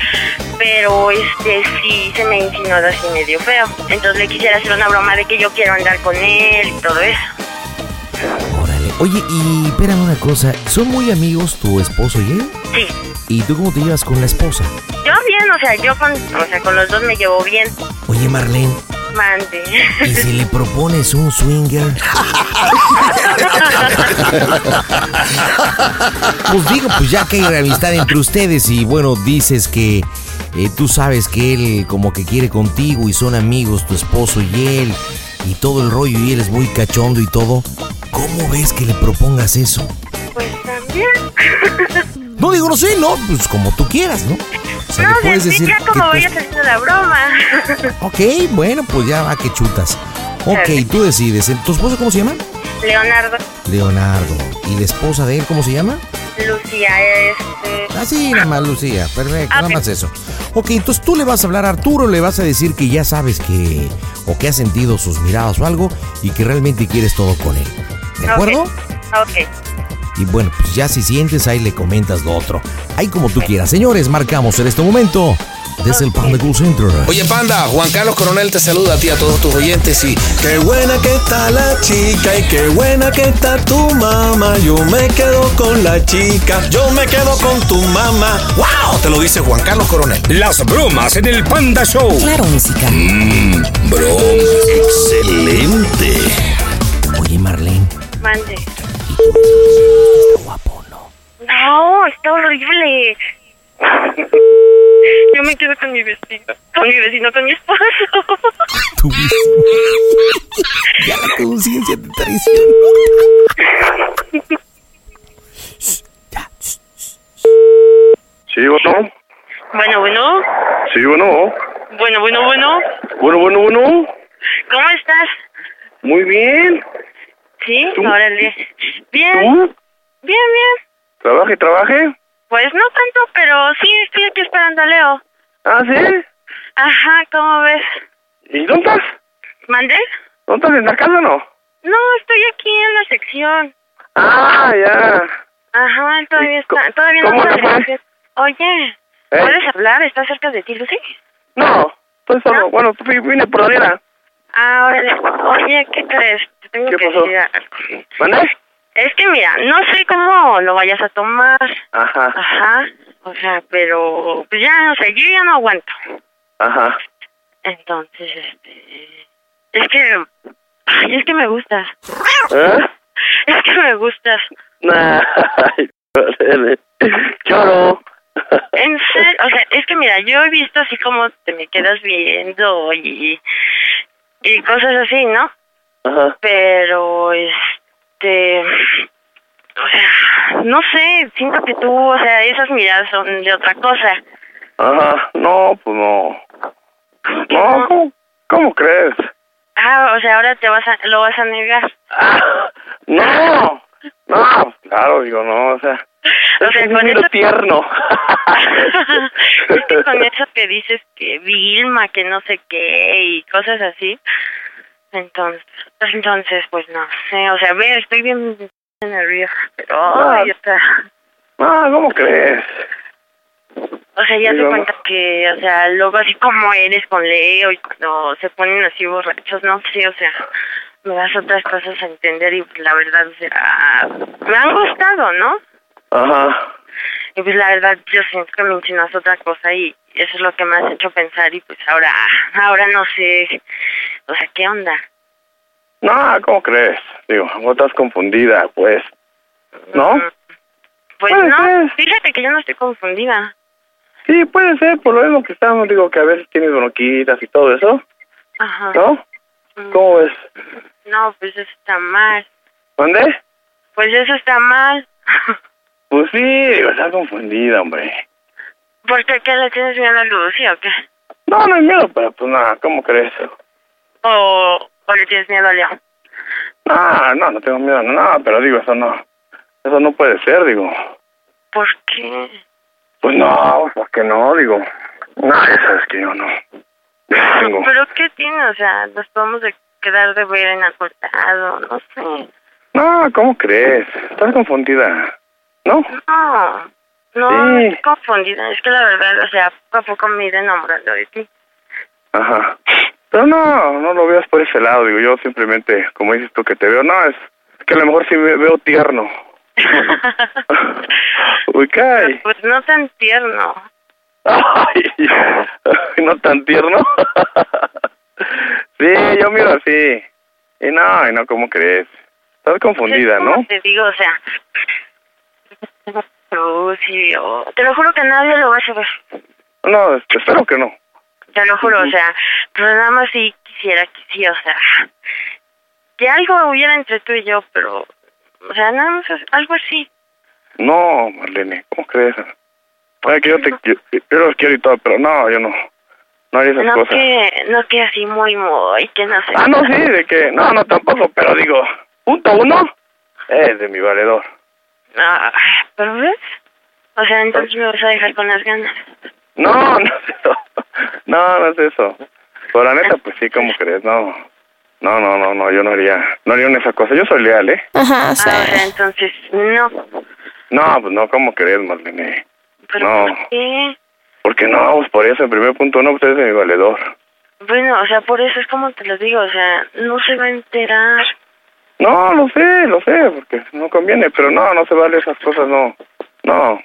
pero este sí se me insinuó así medio feo. Entonces le quisiera hacer una broma de que yo quiero andar con él y todo eso. Órale. Oye, y espérame una cosa. ¿Son muy amigos tu esposo y él? Sí. ¿Y tú cómo te llevas con la esposa? Yo bien, o sea, yo con, o sea, con los dos me llevo bien. Oye, Marlene, Mande. ¿y si le propones un swinger? Pues digo, pues ya que hay amistad entre ustedes y bueno, dices que eh, tú sabes que él como que quiere contigo y son amigos tu esposo y él y todo el rollo y eres muy cachondo y todo. ¿Cómo ves que le propongas eso? Pues también. No digo, no sé, no, pues como tú quieras, ¿no? O sea, No, le puedes sí, sí, decir ya que pues como tú- voy a hacer la broma. Ok, bueno, pues ya va que chutas. Ok, tú decides. ¿Tu esposo cómo se llama? Leonardo, Leonardo. ¿Y la esposa de él cómo se llama? Lucía, este... Así nada más, Lucía. Perfecto, Ah, nada ok. más eso. Ok, entonces tú le vas a hablar a Arturo, le vas a decir que ya sabes que... o que has sentido sus miradas o algo y que realmente quieres todo con él. ¿De Ok, acuerdo? ah, Ok. Y bueno, pues ya si sientes ahí le comentas lo otro. Ahí como tú quieras. Señores, marcamos en este momento desde el Panda Cool Center. Oye, Panda, Juan Carlos Coronel te saluda a ti, a todos tus oyentes y qué buena que está la chica y qué buena que está tu mamá. Yo me quedo con la chica, yo me quedo con tu mamá. ¡Wow! Te lo dice Juan Carlos Coronel. Las bromas en el Panda Show. Claro, música. Mmm, bromas. Excelente. Oye, Marlene. Mande. No, está horrible. Yo me quedo con mi vecino. Con mi vecino, con mi esposo. Ya la conciencia te traiciona. Sí, bueno. Bueno, bueno. Sí, bueno. Bueno, bueno, bueno. Bueno, bueno, bueno. ¿Cómo estás? Muy bien. Sí, ¿Tú? órale. Bien. ¿Tú? Bien, bien. Trabaje, trabaje. Pues no tanto, pero sí estoy aquí esperando a Leo. ¿Ah, sí? Ajá, ¿cómo ves? ¿Y dónde estás? ¿Mandé? ¿Dónde estás? ¿En la casa o no? No, estoy aquí en la sección. Ah, ya. Ajá, todavía está, todavía no cómo está te fue? la sección. Oye, ¿Eh? ¿puedes hablar? ¿Está cerca de ti, Lucy? No, estoy solo. Bueno, fui- vine por Daniela. Ah, órale. Oye, ¿qué crees? Te tengo ¿Qué que pasó? decir algo. ¿Mande? Es que mira, no sé cómo lo vayas a tomar. Ajá. Ajá. O sea, pero pues ya no sé, yo ya no aguanto. Ajá. Entonces, este. Es que. Ay, es que me gustas. ¿Eh? Es que me gustas. Ay, Coronel. Choro. En serio, o sea, es que mira, yo he visto así como te me quedas viendo y. y cosas así, ¿no? Ah. Ajá. Pero, este. O sea, no sé, siento que tú, o sea, esas miradas son de otra cosa. Ajá. No, pues no. No, ¿cómo, cómo crees? Ah, o sea, ahora te vas a, lo vas a negar. Ah, No, no, claro, digo, no, o sea, O sea, es un con niño eso- tierno. es que con eso te dices que Vilma, que no sé qué y cosas así. Entonces, entonces, pues no sé, o sea, ve, estoy bien nerviosa, pero Ah. ay, está. No, Ah, ¿cómo crees? O sea, ya te Digamos. cuenta que, o sea, luego así como eres con Leo y cuando se ponen así borrachos, no sé, o sea, me das otras cosas a entender y pues, la verdad, o sea, me han gustado, ¿no? Ajá. Y pues la verdad, yo siento que me insinuas otra cosa y eso es lo que me has hecho pensar y pues ahora, ahora no sé, o sea, ¿qué onda? No, ¿cómo crees? Digo, vos estás confundida, pues, ¿no? Pues Puede no, fíjate que yo no estoy confundida. Sí, puede ser, por lo mismo que estamos, digo, que a veces tienes bronquitas y todo eso, Ajá. ¿no? ¿Cómo ves? No, pues eso está mal. ¿Dónde? Pues eso está mal. Pues sí, digo, estás confundida, hombre. ¿Por qué, ¿Qué le tienes miedo a Lucy o qué? No, no hay miedo, pero pues nada, ¿cómo crees? ¿O, o le tienes miedo a Leo? Ah, no, no tengo miedo, no, nada, pero digo, eso no, eso no puede ser, digo. ¿Por qué? Pues no, ¿por qué no? Digo, no, ya sabes que yo no. Yo tengo- ¿Pero qué tiene? O sea, nos podemos de quedar de ver en acortado, no sé. No, ¿cómo crees? Estás confundida, ¿no? No, Ah, no, Sí. estoy confundida. Es que la verdad, o sea, poco a poco me iré enamorando de ti. Ajá. Pero no, no lo veas por ese lado, digo, yo simplemente, como dices tú que te veo, no, es que a lo mejor sí me veo tierno. Uy, caray. Pues no tan tierno. Ay, no tan tierno. sí, yo miro así. Y no, ay, no, ¿cómo crees? Estás confundida, Es como ¿no? Te digo, o sea... Lucy, o- Te lo juro que nadie lo va a saber. No, este, espero que no. Te lo juro, o sea, pero nada más si quisiera que sí, o sea, que algo hubiera entre tú y yo, pero, o sea, nada más es- algo así. No, Marlene, ¿cómo crees? Ay, que yo te yo, yo los quiero y todo, pero no, yo no. No hay esas No cosas. que, no que así muy, muy, que no sé. Ah, no, sí, de que, no, no, tampoco, pero digo, punto uno es de mi valedor. Ah, pero ves, o sea, entonces me vas a dejar con las ganas. Pues No, no es eso. No, no es eso. Pero la neta, pues sí, ¿cómo crees? No. No, no, no, no, yo no haría, no haría una esa cosa. Yo soy leal, ¿eh? Ajá, sí. o sea, Ah, entonces, no, No, pues no, ¿cómo crees, Marlene? pero No, ¿por qué? porque no, pues por eso, en primer punto, no, usted es de mi valedor. Bueno, o sea, por eso es como te lo digo, o sea, no se va a enterar. No, lo sé, lo sé, porque no conviene, pero no, no se vale esas cosas, no. No.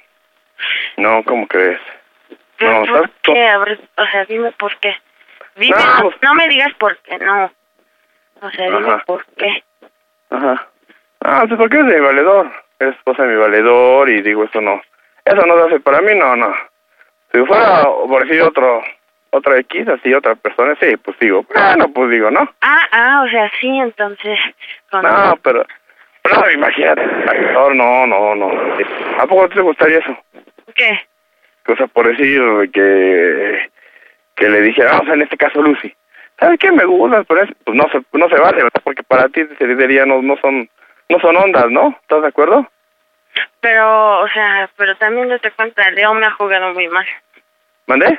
No, ¿cómo crees? Pero No, ¿por estás... qué? A ver, o sea, dime por qué. Dime, No, no, pues- no me digas por qué, no. O sea, dime Ajá. por qué. Ajá. Ah, pues porque es de mi valedor. Es esposa de mi valedor y digo, eso no. Eso no se hace para mí, no, no. Si fuera, por decir, otro, otra X, así, otra persona, sí, pues digo, bueno, pues digo, no. Ah, ah, o sea, sí, entonces. Con... No, pero... Pero imagínate, valedor, no, no, no. ¿A poco te gustaría eso? ¿Qué? O sea, por decir que, que le dije, vamos, en este caso Lucy, ¿sabes qué me gustas? Pero es, pues no se, no se vale, ¿verdad? Porque para ti te diría, no, no son no son ondas, ¿no? ¿Estás de acuerdo? Pero, o sea, pero también date cuenta, Leo me ha jugado muy mal. ¿Mandé?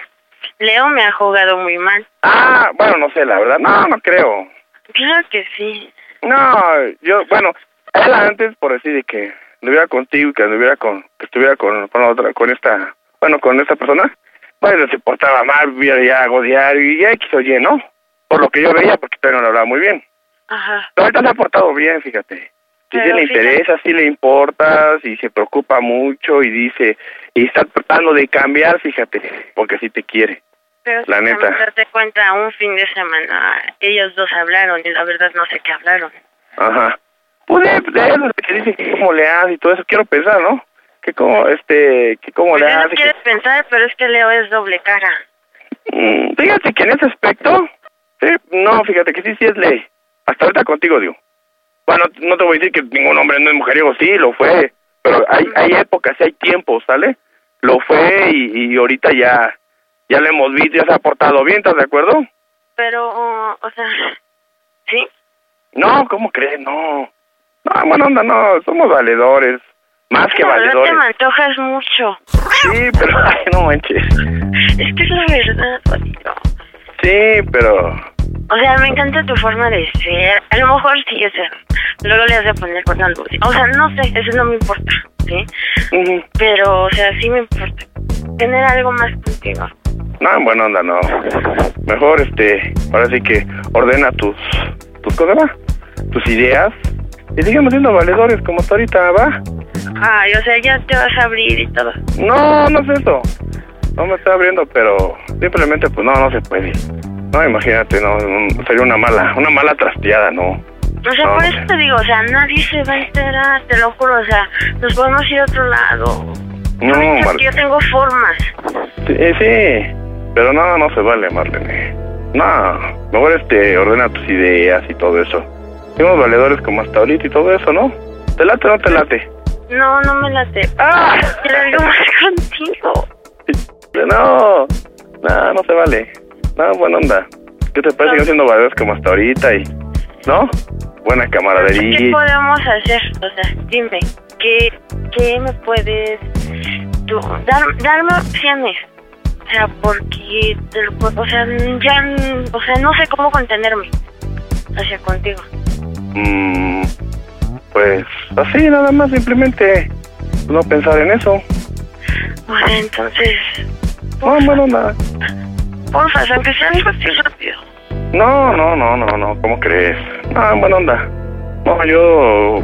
Leo me ha jugado muy mal. Ah, bueno, no sé, la verdad, no, no creo. Claro que sí. No, yo, bueno, él antes por decir de que anduviera contigo y que anduviera con, que estuviera con, con la otra, con esta, bueno, con esta persona, bueno, se portaba mal, vivía ya diario y X o Y, ¿no? Por lo que yo veía, porque todavía no le hablaba muy bien. Ajá. Pero ahorita se ha portado bien, fíjate. Si Pero le fíjate. interesa, si le importa, si se preocupa mucho y dice, y está tratando de cambiar, fíjate, porque si te quiere. Pero La sí, neta. también date cuenta, un fin de semana ellos dos hablaron y la verdad no sé qué hablaron. Ajá. Pues de, de eso que dice que cómo le hace y todo eso, quiero pensar, ¿no? Que cómo, este, que cómo Pues le yo no hace. que- quieres pensar, pero es que Leo es doble cara. Mm, fíjate que en ese aspecto, sí, no, fíjate que sí, sí es ley. Hasta ahorita contigo, digo. Bueno, no te voy a decir que ningún hombre no es mujeriego, sí, lo fue. Pero hay, hay épocas, hay tiempos, ¿sale? Lo fue y, y ahorita ya, ya lo hemos visto, ya se ha portado bien, ¿estás de acuerdo? Pero, o sea, No, ¿cómo crees? No. No, bueno, onda, no, somos valedores. Más que La verdad valedores. te me antojas mucho. Sí, pero, ay, no manches. Es que es la verdad, Patito. Sí, pero. O sea, me encanta tu forma de ser. A lo mejor sí, o sea, luego le vas a poner con algo. O sea, no sé, eso no me importa, ¿sí? Pero, o sea, sí me importa tener algo más contigo. No, bueno, onda, no. Mejor, este, ahora sí que ordena tus, tus cosas, ¿va? Tus ideas. Y sigamos siendo valedores como tú ahorita, ¿va? Ay, o sea, ya te vas a abrir y todo. No, no es eso. No me está abriendo, pero simplemente, pues no, no se puede. No, imagínate, no, no, sería una mala, una mala trasteada, ¿no? O sea, No, por no eso te digo, o sea, nadie se va a enterar, te lo juro, o sea, nos podemos ir a otro lado. No, Mar- Porque yo tengo formas. Sí, eh, sí, pero no, no se vale, Marlene. No, mejor este, ordena tus ideas y todo eso. Somos valedores como hasta ahorita y todo eso, ¿no? ¿Te late o no te late? No, no me late. ¡Ah! Quiero algo más contigo. No, no, no se vale. No, buena onda. ¿Qué te parece que no siendo valedores como hasta ahorita y... ¿No? Buena ¿Qué camaradería. podemos hacer? O sea, dime, ¿qué, qué me puedes tú dar, darme opciones? O sea, porque, te lo puedo- o sea, ya, n- o sea, no sé cómo contenerme hacia contigo. Mm, pues así, nada más, simplemente no pensar en eso. Bueno, entonces, No, buena onda. porfa, o sea, aunque sea Pues algo así rápido. No, no, no, no, no, ¿cómo crees? Ah, buena onda. No, yo.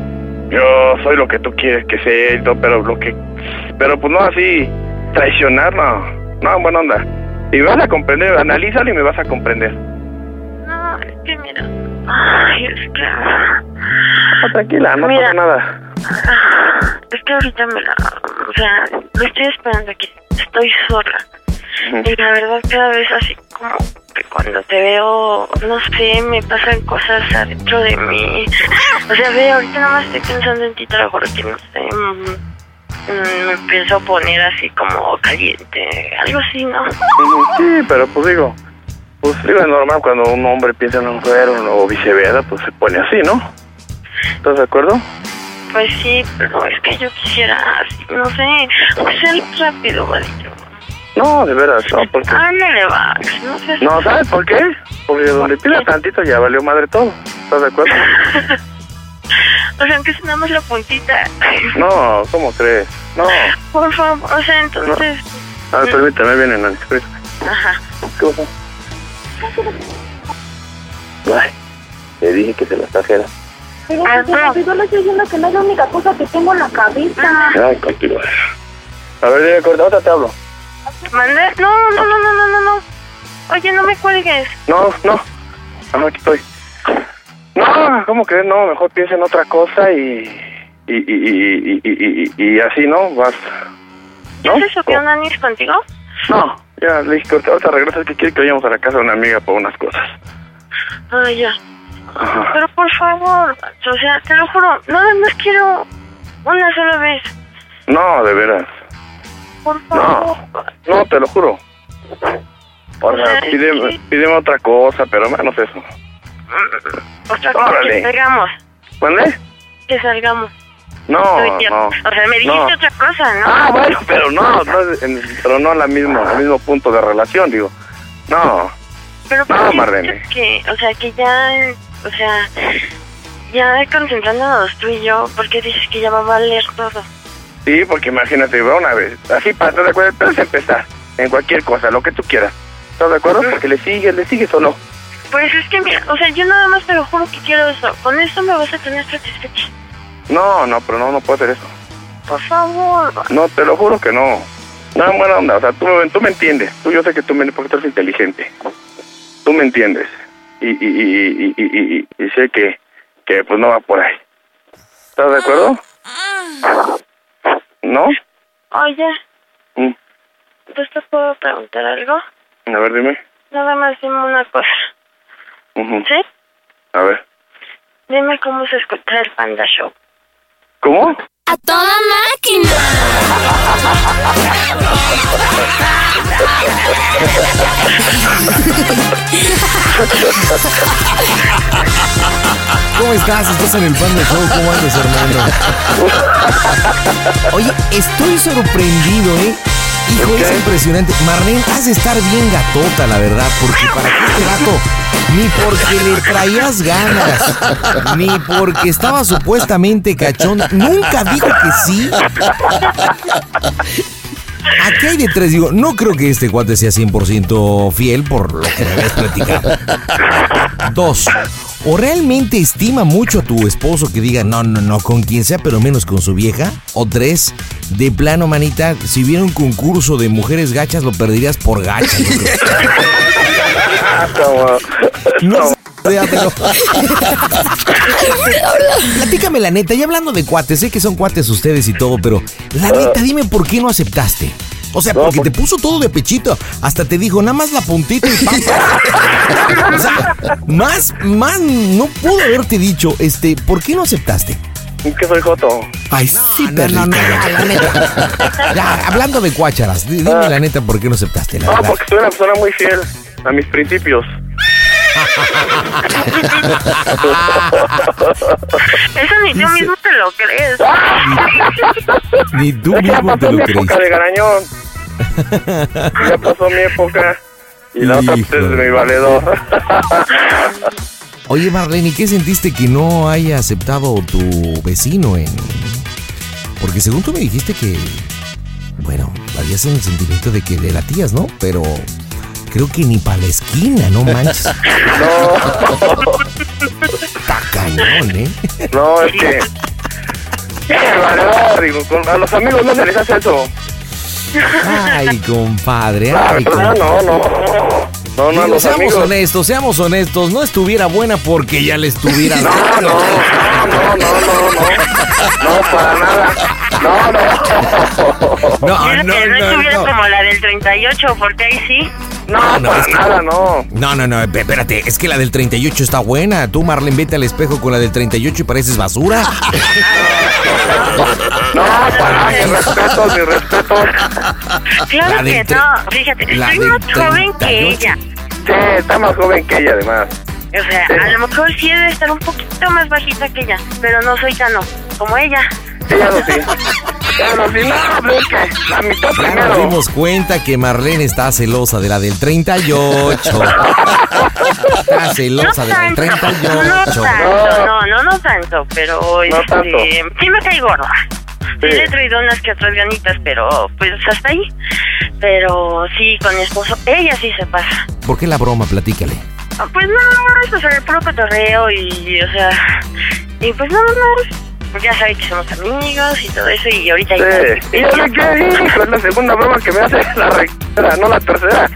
Yo soy lo que tú quieres que sea y todo, pero lo que. Pero pues no así, traicionar, no. No, buena onda. Y me vas a comprender, analízalo y me vas a comprender. No, es que mira, ay, es que, Ah, tranquila, no Mira. pasa nada. es que ahorita me la, o sea, lo estoy esperando aquí, estoy sola. Y la verdad cada vez así como que cuando te veo, no sé, me pasan cosas adentro de mí. O sea, ve, ahorita nada más estoy pensando en ti, te lo juro que no sé. mm, mm, Me pienso poner así como caliente, algo así, ¿no? Sí, pero pues digo. Pues digo, es normal cuando un hombre piensa en una mujer o viceversa, pues se pone así, ¿no? ¿Estás de acuerdo? Pues sí, pero es que yo quisiera así, no sé, hacer rápido, ¿vale? No, de veras, no, porque. Ándale, Vax, pues, no sé. No, ¿sabes por qué? Porque donde pila tantito ya valió madre todo. ¿Estás de acuerdo? O sea, aunque es nada más la puntita. No, ¿cómo crees? No. Por favor, o sea, entonces... A ver, permítame, viene Nancy. Ajá. Ay, le dije que se las trajera. Pero pues, yo le estoy diciendo que no es la única cosa que tengo en la cabeza. Ay, continúa. A ver, dime, corta, ahorita te hablo. ¿Mandé? No, no, no, no, no, no, no. Oye, no me cuelgues. No, no. No, aquí estoy. No, ¿cómo crees? No, mejor piensa en otra cosa y. Y, y, y, y, y, y, y así, ¿no? Vas. ¿Ya se supieron Anis contigo? No, ya le dije que ahorita- ahorita regresas que quiere que vayamos a la casa de una amiga por unas cosas. Ay, ya. Ajá. Pero por favor, o sea, te lo juro, nada más quiero una sola vez. No, de veras. Por No, no, te lo juro. O sea, pídeme, pídeme otra cosa, pero menos eso. Otra cosa, que Órale. salgamos. ¿Mande? Que salgamos. No, Tú y yo. no. O sea, me dijiste No. otra cosa, ¿no? Ah, bueno, pero no, no es- en- pero no al mismo, al mismo punto de relación, digo. No, Pero No, ¿por qué Marlene. dices que, o sea, que ya, o sea, ya concentrándonos tú y yo, porque dices que ya va a valer todo. sí, porque imagínate, va una vez. Así para ¿estás de acuerdo? Puedes empezar en cualquier cosa, lo que tú quieras. ¿Estás de acuerdo? Porque le sigues, le sigues o no. Pues es que, mira, o sea, yo nada más te lo juro que quiero eso. Con eso me vas a tener satisfecha. No, no, pero no, no puedo hacer eso. Por favor. No, te lo juro que no. No, buena onda, o sea, tú, tú me entiendes. Tú, yo sé que tú me porque tú eres inteligente. Tú me entiendes. Y, y, y, y, y, y- y- y sé que, que pues no va por ahí. ¿Estás de acuerdo? ¿No? Oye, Mm. ¿pues te puedo preguntar algo? A ver, dime. Nada más dime una cosa, Ujú. ¿sí? A ver. Dime cómo se escucha el Panda Show. ¿Cómo? A toda máquina. ¿Cómo estás? Estás en el Panda Show. ¿Cómo andas, hermano? Oye, estoy sorprendido, ¿eh? Hijo, es impresionante. Marlene, has de estar bien gatota, la verdad, porque para qué este vato, ni porque le traías ganas, ni porque estaba supuestamente cachón, nunca dijo que sí. Aquí hay de tres, digo, no creo que este cuate sea 100% fiel por lo que me habías platicado. Dos, o realmente estima mucho a tu esposo que diga, no, no, no, con quien sea, pero menos con su vieja. O tres, de plano, manita, si hubiera un concurso de mujeres gachas, lo perderías por gacha. yo creo. No sé, déjatelo. Platícame la neta, ya hablando de cuates, sé que son cuates ustedes y todo, pero la neta, dime por qué no aceptaste. O sea, porque te puso todo de pechito. Hasta te dijo, nada más la puntita y papa. O sea, más, más, no pudo haberte dicho, este, ¿por qué no aceptaste? Que soy Joto. Ay, sí, no, no, no, la neta. Ya, hablando de cuácharas, di- dime la neta, ¿por qué no aceptaste? La No, verdad. Ah, porque soy una persona muy fiel a mis principios. Eso ni tú mismo te lo crees. Ni tú Ya mismo te pasó lo mi crees. época de garañón. Ya pasó mi época. Y la otra pues, es mi valedor. Oye, Marlene, ¿y qué sentiste que no haya aceptado tu vecino en...? Porque según tú me dijiste que... Bueno, habías un sentimiento de que de la tías, ¿no? Pero creo que ni para la esquina, no manches. No. Está cañón, ¿eh? No, es que. ¡Qué valedor! digo, con- a los amigos no se les hace eso. Ay, compadre, La ay, verdad, compadre. Ah, no, no. No, no, a Digo, los seamos amigos. honestos, seamos honestos, no estuviera buena porque ya le estuviera dando. Quiero que no estuviera como la del 38, porque ahí sí. Ah, No, no, es que- No, no, no, pe- espérate, es que la del 38 está buena. Tú, Marlene, vete al espejo con la del 38 y pareces basura. respeto, mi respeto. Claro La que del tre- no. Fíjate, la soy del más joven que 38. ella. Sí, está más joven que ella, además. O sea, a lo mejor sí debe estar un poquito más bajita que ella, pero no soy tan o- como ella. Pero si no, pues, es que la mitad Ya nos dimos cuenta que Marlene está celosa de la del 38. Está celosa de la del No 38. tanto, no, no, no tanto, pero No este, tanto. sí me caí gorda. Sí Sí. le traigo unas que otras ganitas, pero pues hasta ahí. Pero sí, con mi esposo, ella sí se pasa. ¿Por qué la broma? Platícale. Ah, Pues no, no, o sea, el puro cotorreo y, o sea, y pues no, no, ya sabe que somos amigos y todo eso y ahorita ya- Sí. Y yo le quedé, hijo, es la segunda broma que me hace la rectora, no la tercera.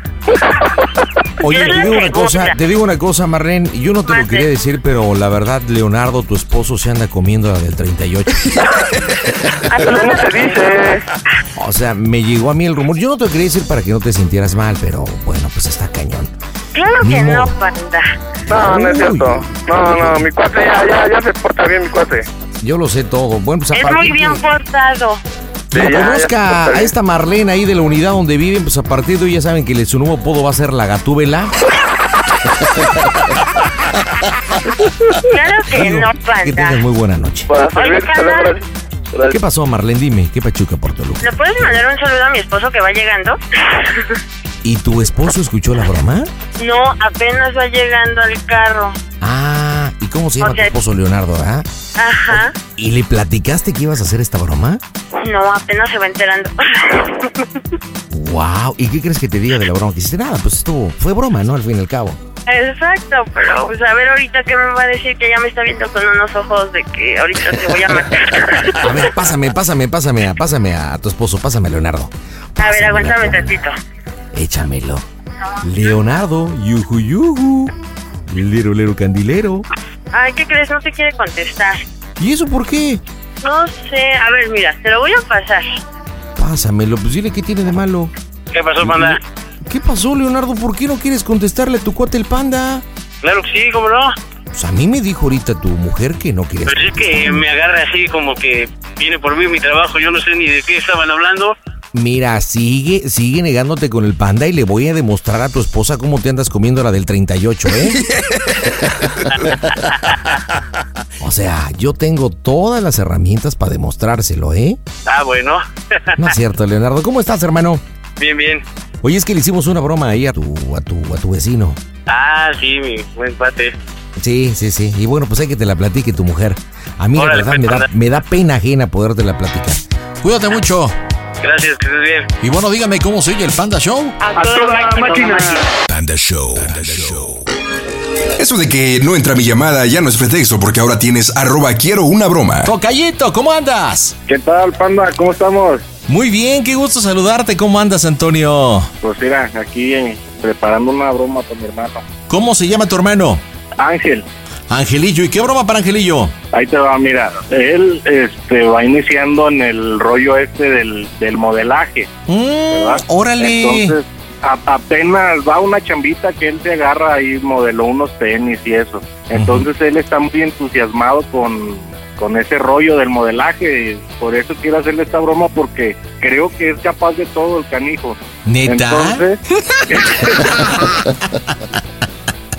Oye, te digo una cosa, te digo una cosa, Marlene, yo no te lo quería decir, pero la verdad, Leonardo, tu esposo se anda comiendo la del 38. O sea, me llegó a mí el rumor. Yo no te lo quería decir para que no te sintieras mal, pero bueno, pues está cañón. Claro que Ni no, modo. panda. No, no es cierto. No, no, mi cuate ya, ya, ya se porta bien, mi cuate. Yo lo sé todo. Bueno, pues Es aparte muy bien portado. Que Sí, ya, ya, está conozca a esta Marlene ahí de la unidad donde viven, pues a partir de hoy ya saben que le- su nuevo apodo va a ser la gatúbela. Claro que no, Que panda. tengas muy buena noche. Oye, panda, ¿Qué pasó, Marlene? Dime, ¿qué pachuca por Toluca? ¿le puedes mandar un saludo a mi esposo que va llegando? ¿Y tu esposo escuchó la broma? No, apenas va llegando al carro. Ah, ¿y cómo se llama Ok. tu esposo Leonardo, ah? Ajá. ¿Y le platicaste que ibas a hacer esta broma? No, apenas se va enterando. ¡Wow! ¿Y qué crees que te diga de la broma que hiciste? Nada, pues estuvo, fue broma, ¿no? Al fin y al cabo. Exacto, pero pues a ver ahorita qué me va a decir que ya me está viendo con unos ojos de que ahorita te voy a matar. A ver, pásame, pásame, pásame, a- pásame a tu esposo, pásame a Leonardo. A ver, aguántame tantito. Échamelo. Leonardo, yuju yuju. Lero, lero, candilero. Ay, ¿qué crees? No te quiere contestar. ¿Y eso por qué? No sé, a ver, mira, te lo voy a pasar. Pásamelo, pues dile qué tiene de malo. ¿Qué pasó, panda? ¿Qué pasó, Leonardo? ¿Por qué no quieres contestarle a tu cuate el panda? Claro que sí, ¿cómo no? Pues Pues a mí me dijo ahorita tu mujer que no querías. Pero es que me agarra así como que viene por mí mi trabajo, yo no sé ni de qué estaban hablando. Mira, sigue, sigue negándote con el panda y le voy a demostrar a tu esposa cómo te andas comiendo la del 38, ¿eh? o sea, yo tengo todas las herramientas para demostrárselo, ¿eh? Ah, bueno. No es cierto, Leonardo. ¿Cómo estás, hermano? Bien, bien. Oye, es que le hicimos una broma ahí a tu, a tu, a tu vecino. Ah, sí, mi buen pate. Sí, sí, sí. Y bueno, pues hay que te la platique tu mujer. A mí, Órale, la verdad, pues, me da, panda. me da pena ajena podértela platicar. Cuídate mucho. Gracias, que estés bien. Y bueno, dígame cómo se oye el Panda Show. A toda máquina. Panda Show. Eso de que no entra mi llamada ya no es pretexto porque ahora tienes arroba quiero una broma. Tocayito, ¿cómo andas? ¿Qué tal, Panda? ¿Cómo estamos? Muy bien, qué gusto saludarte. ¿Cómo andas, Antonio? Pues mira, aquí eh, preparando una broma con mi hermano. ¿Cómo se llama tu hermano? Ángel. Angelillo, ¿y qué broma para Angelillo? Ahí te va, mira. Él este, va iniciando en el rollo este del, del modelaje. ¿verdad? órale. Entonces, a- apenas va una chambita que él se agarra y modeló unos tenis y eso. Entonces él está muy entusiasmado con, con ese rollo del modelaje. Por eso quiero hacerle esta broma porque creo que es capaz de todo el canijo. ¿Neta? Entonces,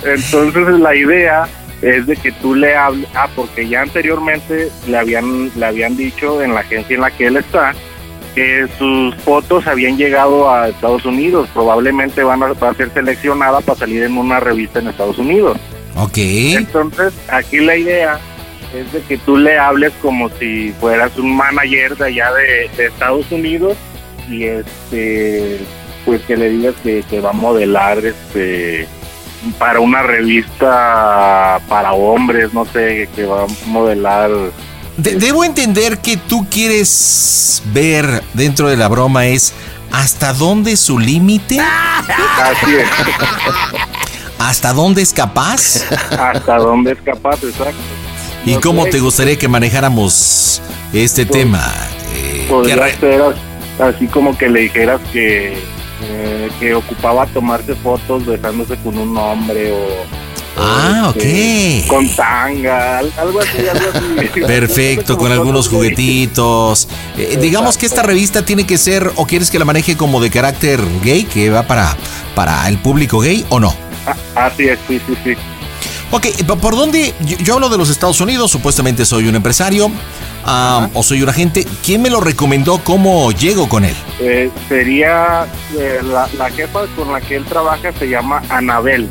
entonces la idea es de que tú le hables, ah, porque ya anteriormente le habían, le habían dicho en la agencia en la que él está que sus fotos habían llegado a Estados Unidos, probablemente van a, va a ser seleccionada para salir en una revista en Estados Unidos. Ok. Entonces, aquí la idea es de que tú le hables como si fueras un manager de allá de, de Estados Unidos y este pues que le digas que, que va a modelar este para una revista para hombres, no sé, que va a modelar De- debo entender que tú quieres ver dentro de la broma es hasta dónde es su límite. Así es. ¿Hasta dónde es capaz? hasta dónde es capaz, exacto. ¿Y No cómo sé. te gustaría que manejáramos este Pues, tema? Eh, Podría ser as- así como que le dijeras que, eh, que ocupaba tomarse fotos besándose con un hombre o... Ah, este, ok. Con tanga, al- algo así, algo así. Perfecto, con algunos juguetitos. Eh, digamos que esta revista tiene que ser, o quieres que la maneje como de carácter gay, que va para, para el público gay, o no. Así es, sí, sí, sí. Ok, ¿po- ¿por dónde? Yo, yo hablo de los Estados Unidos, supuestamente soy un empresario ah, o soy un agente. ¿Quién me lo recomendó? ¿Cómo llego con él? Eh, sería eh, la, la jefa con la que él trabaja se llama Anabel.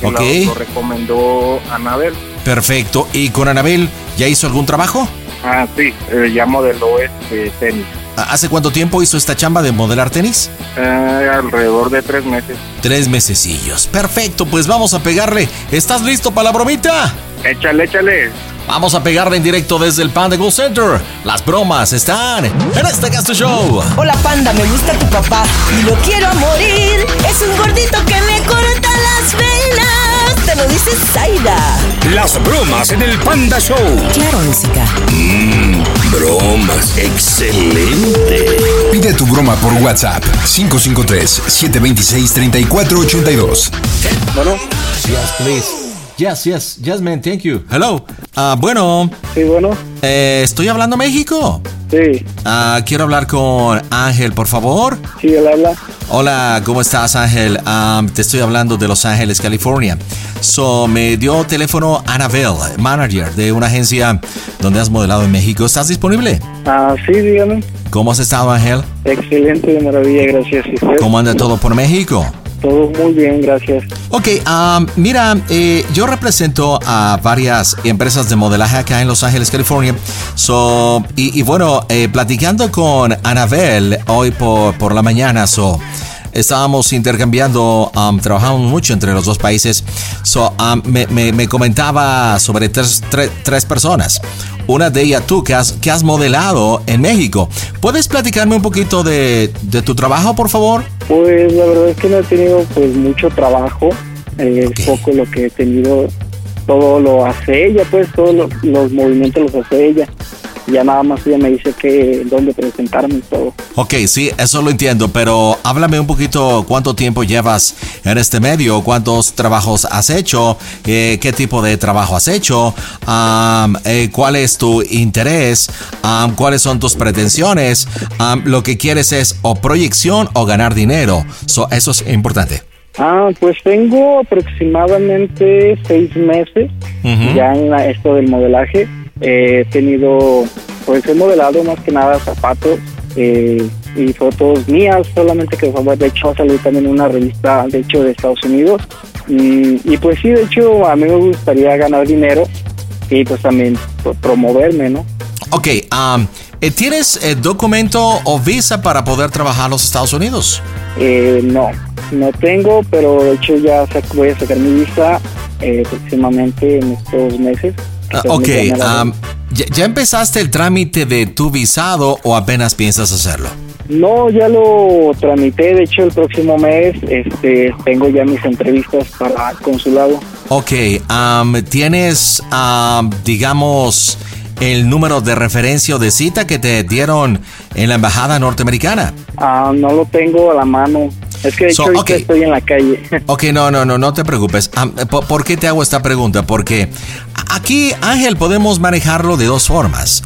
que la- Ok. Lo, recomendó Anabel. Perfecto. ¿Y con Anabel ya hizo algún trabajo? Ah, sí, eh, ya modeló este tenis. ¿A- ¿Hace cuánto tiempo hizo esta chamba de modelar tenis? Eh, alrededor de tres meses. Tres mesecillos. Perfecto, pues vamos a pegarle. ¿Estás listo para la bromita? Échale, échale. Vamos a pegarle en directo desde el Panda Go Center. Las bromas están en este Gasto Show. Hola panda, me gusta tu papá y lo quiero a morir. Es un gordito que me corta las venas. Te lo dice Zaida. Las bromas en el Panda Show. Claro, música. Mmm, bromas. Excelente. Pide tu broma por WhatsApp 553-726-3482. Bueno. Yes, please. Yes, yes, yes, man, thank you. Hello. Ah, bueno. Eh, Sí, bueno. ¿Estoy hablando a México? Sí. Ah, quiero hablar con Ángel, por favor. Sí, él habla. Hola, ¿cómo estás, Ángel? Ah, te estoy hablando de Los Ángeles, California. So, me dio teléfono Anabel, manager de una agencia donde has modelado en México. ¿Estás disponible? Ah, sí, dígame. ¿Cómo has estado, Ángel? Excelente, de maravilla, gracias. ¿Y usted? ¿Cómo anda todo por México? Todo muy bien, gracias. Ok, ah, mira, eh, yo represento a varias empresas de modelaje acá en Los Ángeles, California. So, y, y bueno, eh, platicando con Anabel hoy por, por la mañana, so, estábamos intercambiando, um, trabajamos mucho entre los dos países. So, um, me, me- me comentaba sobre tres, tre- tres personas. Una de ellas tú, que has, que has modelado en México. ¿Puedes platicarme un poquito de, de tu trabajo, por favor? Pues la verdad es que no he tenido pues mucho trabajo, eh, es poco lo que he tenido, todo lo hace ella, pues todos los, los movimientos los hace ella. Ya nada más ella me dice que dónde presentarme y todo. Ok, sí, eso lo entiendo, pero háblame un poquito cuánto tiempo llevas en este medio, cuántos trabajos has hecho, eh, qué tipo de trabajo has hecho, am, eh, cuál es tu interés, am, cuáles son tus pretensiones. am, lo que quieres es o proyección o ganar dinero. So, eso es importante. Ah, pues tengo aproximadamente seis meses Ujú. ya en la- esto del modelaje. Eh, he tenido, pues he modelado más que nada zapatos eh, y fotos mías, solamente que de hecho salí también en una revista, de hecho, de Estados Unidos. Mm, y pues sí, de hecho, a mí me gustaría ganar dinero y pues también pues, promoverme, ¿no? Ok, am, eh, ¿tienes eh, documento o visa para poder trabajar en los Estados Unidos? Eh, no, no tengo, pero de hecho ya sac- voy a sacar mi visa eh, próximamente en estos meses. Ah, Quizás ok, me llamen a- am, ¿ya, ya empezaste el trámite de tu visado o apenas piensas hacerlo? No, ya lo tramité. De hecho, el próximo mes este, tengo ya mis entrevistas para el consulado. Ok, am, ¿tienes, am, digamos, el número de referencia o de cita que te dieron en la Embajada Norteamericana? Ah, no lo tengo a la mano. Es que de So, hecho ahorita ok. estoy en la calle. Ok, no, no, no, no te preocupes. Am, eh, po- ¿Por qué te hago esta pregunta? Porque a- aquí, Ángel, podemos manejarlo de dos formas.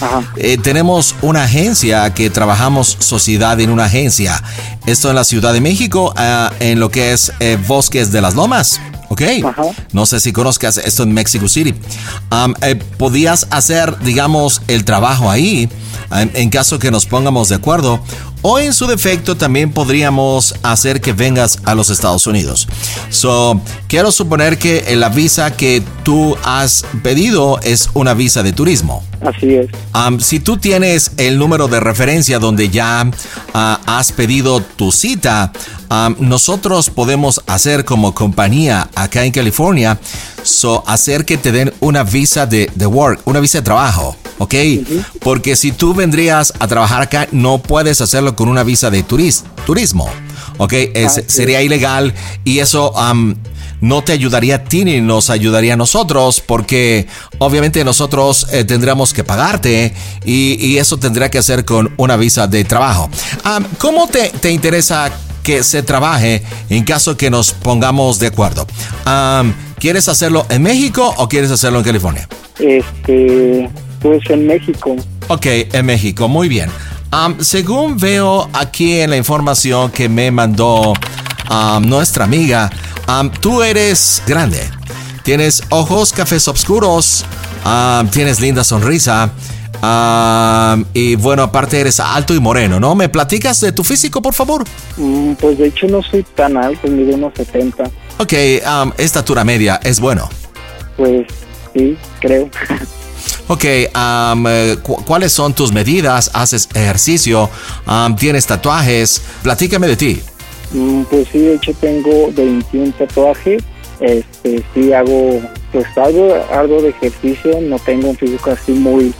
Am, eh, tenemos una agencia que trabajamos sociedad en una agencia. Esto en la Ciudad de México, ah, en lo que es eh, Bosques de las Lomas. Ok. No sé si conozcas esto en Mexico City. Am, eh, podías hacer, digamos, el trabajo ahí, em, en caso que nos pongamos de acuerdo. O en su defecto también podríamos hacer que vengas a los Estados Unidos. So, quiero suponer que eh, la visa que tú has pedido es una visa de turismo. Así es. Am, si tú tienes el número de referencia donde ya ah, has pedido tu cita, am, nosotros podemos hacer como compañía acá en California, so, hacer que te den una visa de, de work, una visa de trabajo, ¿ok? Porque si tú vendrías a trabajar acá, no puedes hacerlo con una visa de turis- turismo, ¿ok? Es- sería ilegal y eso... am, no te ayudaría a ti ni nos ayudaría a nosotros, porque obviamente nosotros eh, tendríamos que pagarte y, y eso tendría que hacer con una visa de trabajo. Ah, ¿Cómo te, te interesa que se trabaje en caso que nos pongamos de acuerdo? Ah, ¿Quieres hacerlo en México o quieres hacerlo en California? Este, pues en México. Ok, en México, muy bien. Am, según veo aquí en la información que me mandó am, nuestra amiga, am, tú eres grande. Tienes ojos cafés oscuros, am, tienes linda sonrisa. am, y bueno, aparte eres alto y moreno, ¿no? ¿Me platicas de tu físico, por favor? Mm, pues de hecho no soy tan alto, mido unos 70. Ok, am, estatura media, es bueno. Pues sí, creo. Ok, am, eh, cu- ¿cuáles son tus medidas? ¿Haces ejercicio? Am, ¿Tienes tatuajes? Platícame de ti. Mm, Pues sí, de hecho tengo 21 tatuajes. Este, sí hago, pues algo, algo de ejercicio. No tengo un físico así muy,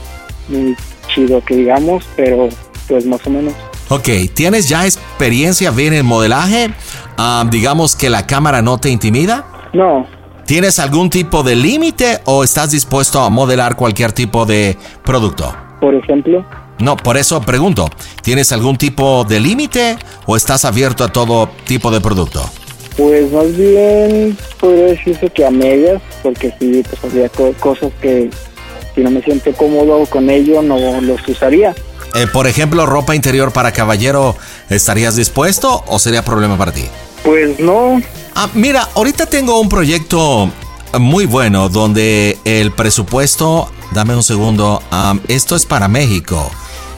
muy chido que digamos, pero pues más o menos. Ok, ¿tienes ya experiencia bien en modelaje? Ah, digamos que la cámara no te intimida. No. ¿Tienes algún tipo de límite o estás dispuesto a modelar cualquier tipo de producto? Por ejemplo, No, por eso pregunto, ¿tienes algún tipo de límite o estás abierto a todo tipo de producto? pues más bien podría decirse que a medias, porque sí, pues habría co- cosas que si no me siento cómodo con ello, no los usaría. Eh, por ejemplo, ropa interior para caballero, ¿estarías dispuesto o sería problema para ti? Pues no. Ah, mira, ahorita tengo un proyecto muy bueno donde el presupuesto, dame un segundo, am, esto es para México,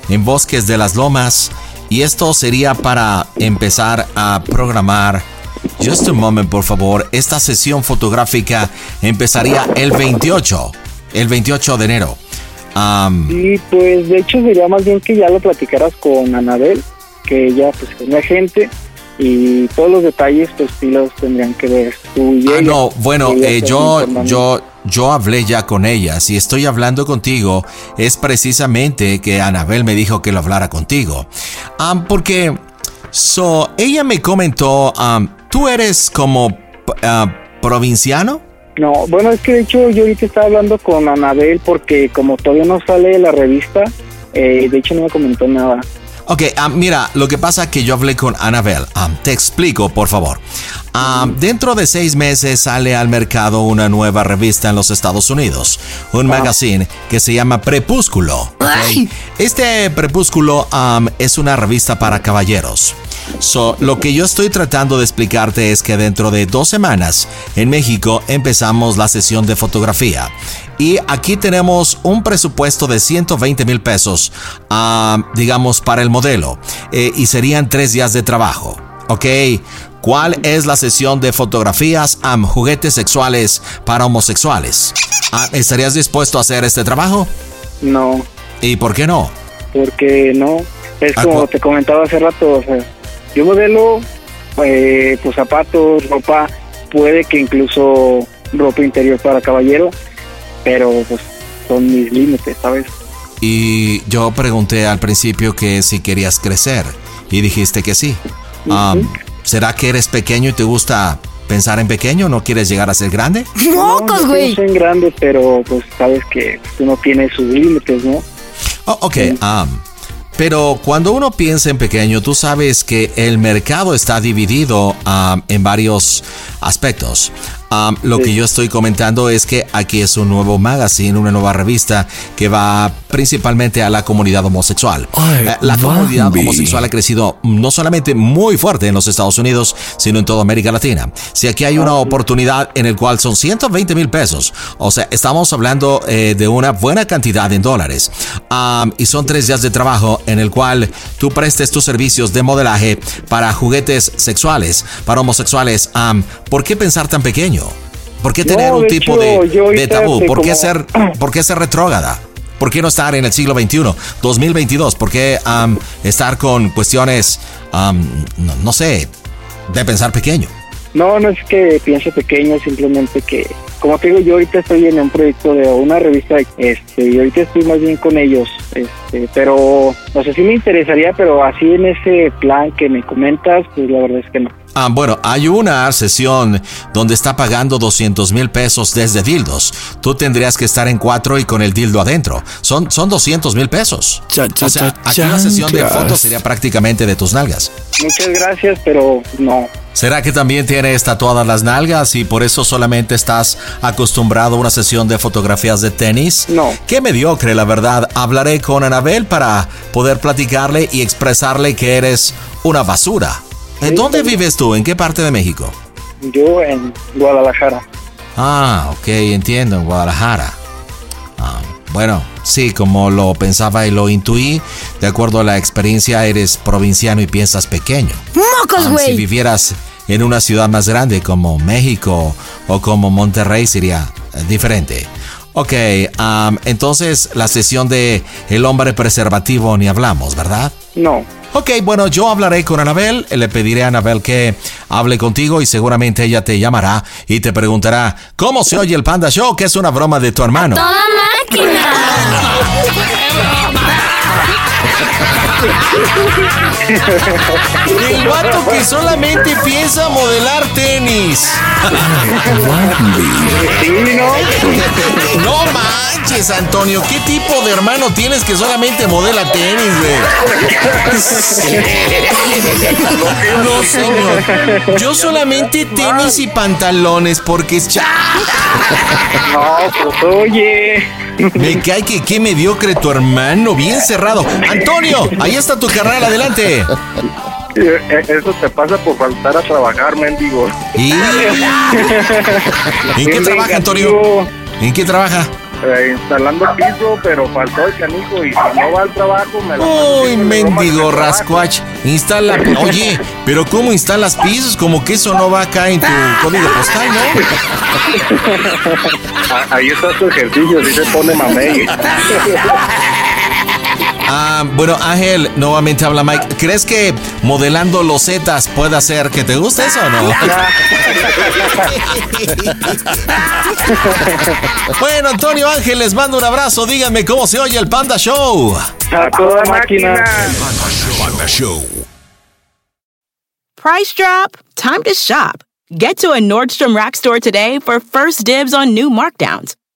en Bosques de las Lomas, y esto sería para empezar a programar. Just a moment, por favor. Esta sesión fotográfica empezaría el 28, el 28 de enero. Am, Y pues de hecho sería más bien que ya lo platicaras con Anabel, que ella pues es mi agente y todos los detalles pues sí los tendrían que ver tú y Ah, ella. no, bueno, Ella eh, está yo, informando. yo, yo hablé ya con ella. Si estoy hablando contigo, es precisamente que Anabel me dijo que lo hablara contigo. Ah, porque, um, so, ella me comentó, ah, tú eres como ah, provinciano. No, bueno, es que de hecho yo ahorita estaba hablando con Anabel porque como todavía no sale la revista, eh, de hecho no me comentó nada. Ok, ah, mira, lo que pasa es que yo hablé con Anabel. Ah, te explico, por favor. Ah, dentro de seis meses sale al mercado una nueva revista en los Estados Unidos, un magazine que se llama Prepúsculo. ok? Este Prepúsculo ah, es una revista para caballeros. So, lo que yo estoy tratando de explicarte es que dentro de dos semanas en México empezamos la sesión de fotografía. Y aquí tenemos un presupuesto de 120 mil pesos, ah, digamos, para el modelo. Eh, y serían tres días de trabajo. ¿Ok? ¿Cuál es la sesión de fotografías am juguetes sexuales para homosexuales? Ah, ¿Estarías dispuesto a hacer este trabajo? No, ¿Y por qué no? porque no, es Ah, como cu- te comentaba hace rato, o sea, yo modelo eh, pues zapatos, ropa, puede que incluso ropa interior para caballero, pero pues son mis límites, ¿sabes? Y yo pregunté al principio que si querías crecer y dijiste que sí. Ah, ¿Será que eres pequeño y te gusta pensar en pequeño? ¿No quieres llegar a ser grande? ¡Mocos, güey! Son grandes, pero pues sabes que uno tiene sus límites, ¿no? Oh, ok, ah, pero cuando uno piensa en pequeño, tú sabes que el mercado está dividido ah, en varios aspectos. Ah, lo que yo estoy comentando es que aquí es un nuevo magazine, una nueva revista que va principalmente a la comunidad homosexual. Eh, la comunidad Bambi. homosexual ha crecido no solamente muy fuerte en los Estados Unidos, sino en toda América Latina. Si aquí hay una oportunidad en el cual son 120 mil pesos, o sea, estamos hablando eh, de una buena cantidad en dólares. Am, y son tres días de trabajo en el cual tú prestes tus servicios de modelaje para juguetes sexuales, para homosexuales. Am, ¿Por qué pensar tan pequeño? ¿Por qué No, tener un de tipo hecho, de, yo ahorita de tabú? te ¿Por qué, como- ser, ¿Por qué ser retrógada? ¿Por qué no estar en el siglo XXI, 2022? ¿Por qué am, estar con cuestiones, am, no, no sé, de pensar pequeño? No, no es que piense pequeño, simplemente que, como te digo, yo ahorita estoy en un proyecto de una revista, este, y ahorita estoy más bien con ellos, este, pero, no sé si me interesaría, pero así en ese plan que me comentas, pues la verdad es que no. Ah, bueno, hay una sesión donde está pagando 200 mil pesos desde dildos. Tú tendrías que estar en cuatro y con el dildo adentro. Son, son 200 mil pesos. cha, O sea, cha, aquí una sesión de chanclas. fotos sería prácticamente de tus nalgas. Muchas gracias, pero no. ¿Será que también tienes tatuadas las nalgas y por eso solamente estás acostumbrado a una sesión de fotografías de tenis? No. Qué mediocre, la verdad. Hablaré con Anabel para poder platicarle y expresarle que eres una basura. ¿En dónde vives tú? ¿En qué parte de México? Yo en Guadalajara. Ah, ok, entiendo, en Guadalajara. Ah, bueno, sí, como lo pensaba y lo intuí, de acuerdo a la experiencia, eres provinciano y piensas pequeño. ¡Mocos, Ah, si güey! vivieras en una ciudad más grande como México o como Monterrey sería eh, diferente. Ok, am, entonces la sesión de El hombre preservativo ni hablamos, ¿verdad? No. Ok, bueno, yo hablaré con Anabel, le pediré a Anabel que hable contigo y seguramente ella te llamará y te preguntará cómo se oye el Panda Show, que es una broma de tu hermano. Toda máquina. El vato que solamente piensa modelar tenis. No manches, Antonio, ¿qué tipo de hermano tienes que solamente modela tenis, güey? No, señor. Yo solamente tenis y pantalones porque es cha. No, pues oye. Me cae que qué mediocre tu hermano, bien cerrado. Antonio, ahí está tu carnal, adelante. Eh, eh, Eso te pasa por faltar a trabajar, mendigo. ¿Y? ¿En qué Bien trabaja, Antonio? ¿En qué trabaja? Eh, instalando piso, pero faltó el canijo y si no va al trabajo me la Uy, mendigo rascuach. Instala. Oye, pero ¿cómo instalas pisos? Como que eso no va acá en tu código postal, ¿no? Ahí está tu ejercicio, si se pone mamey. Ah, bueno, Ángel, nuevamente habla Mike. ¿Crees que modelando losetas puede hacer que te guste eso o no? bueno, Antonio Ángel, les mando un abrazo. Díganme cómo se oye el Panda Show. A toda máquina. Panda Show. Price drop? Time to shop. Get to a Nordstrom Rack store today for first dibs on new markdowns.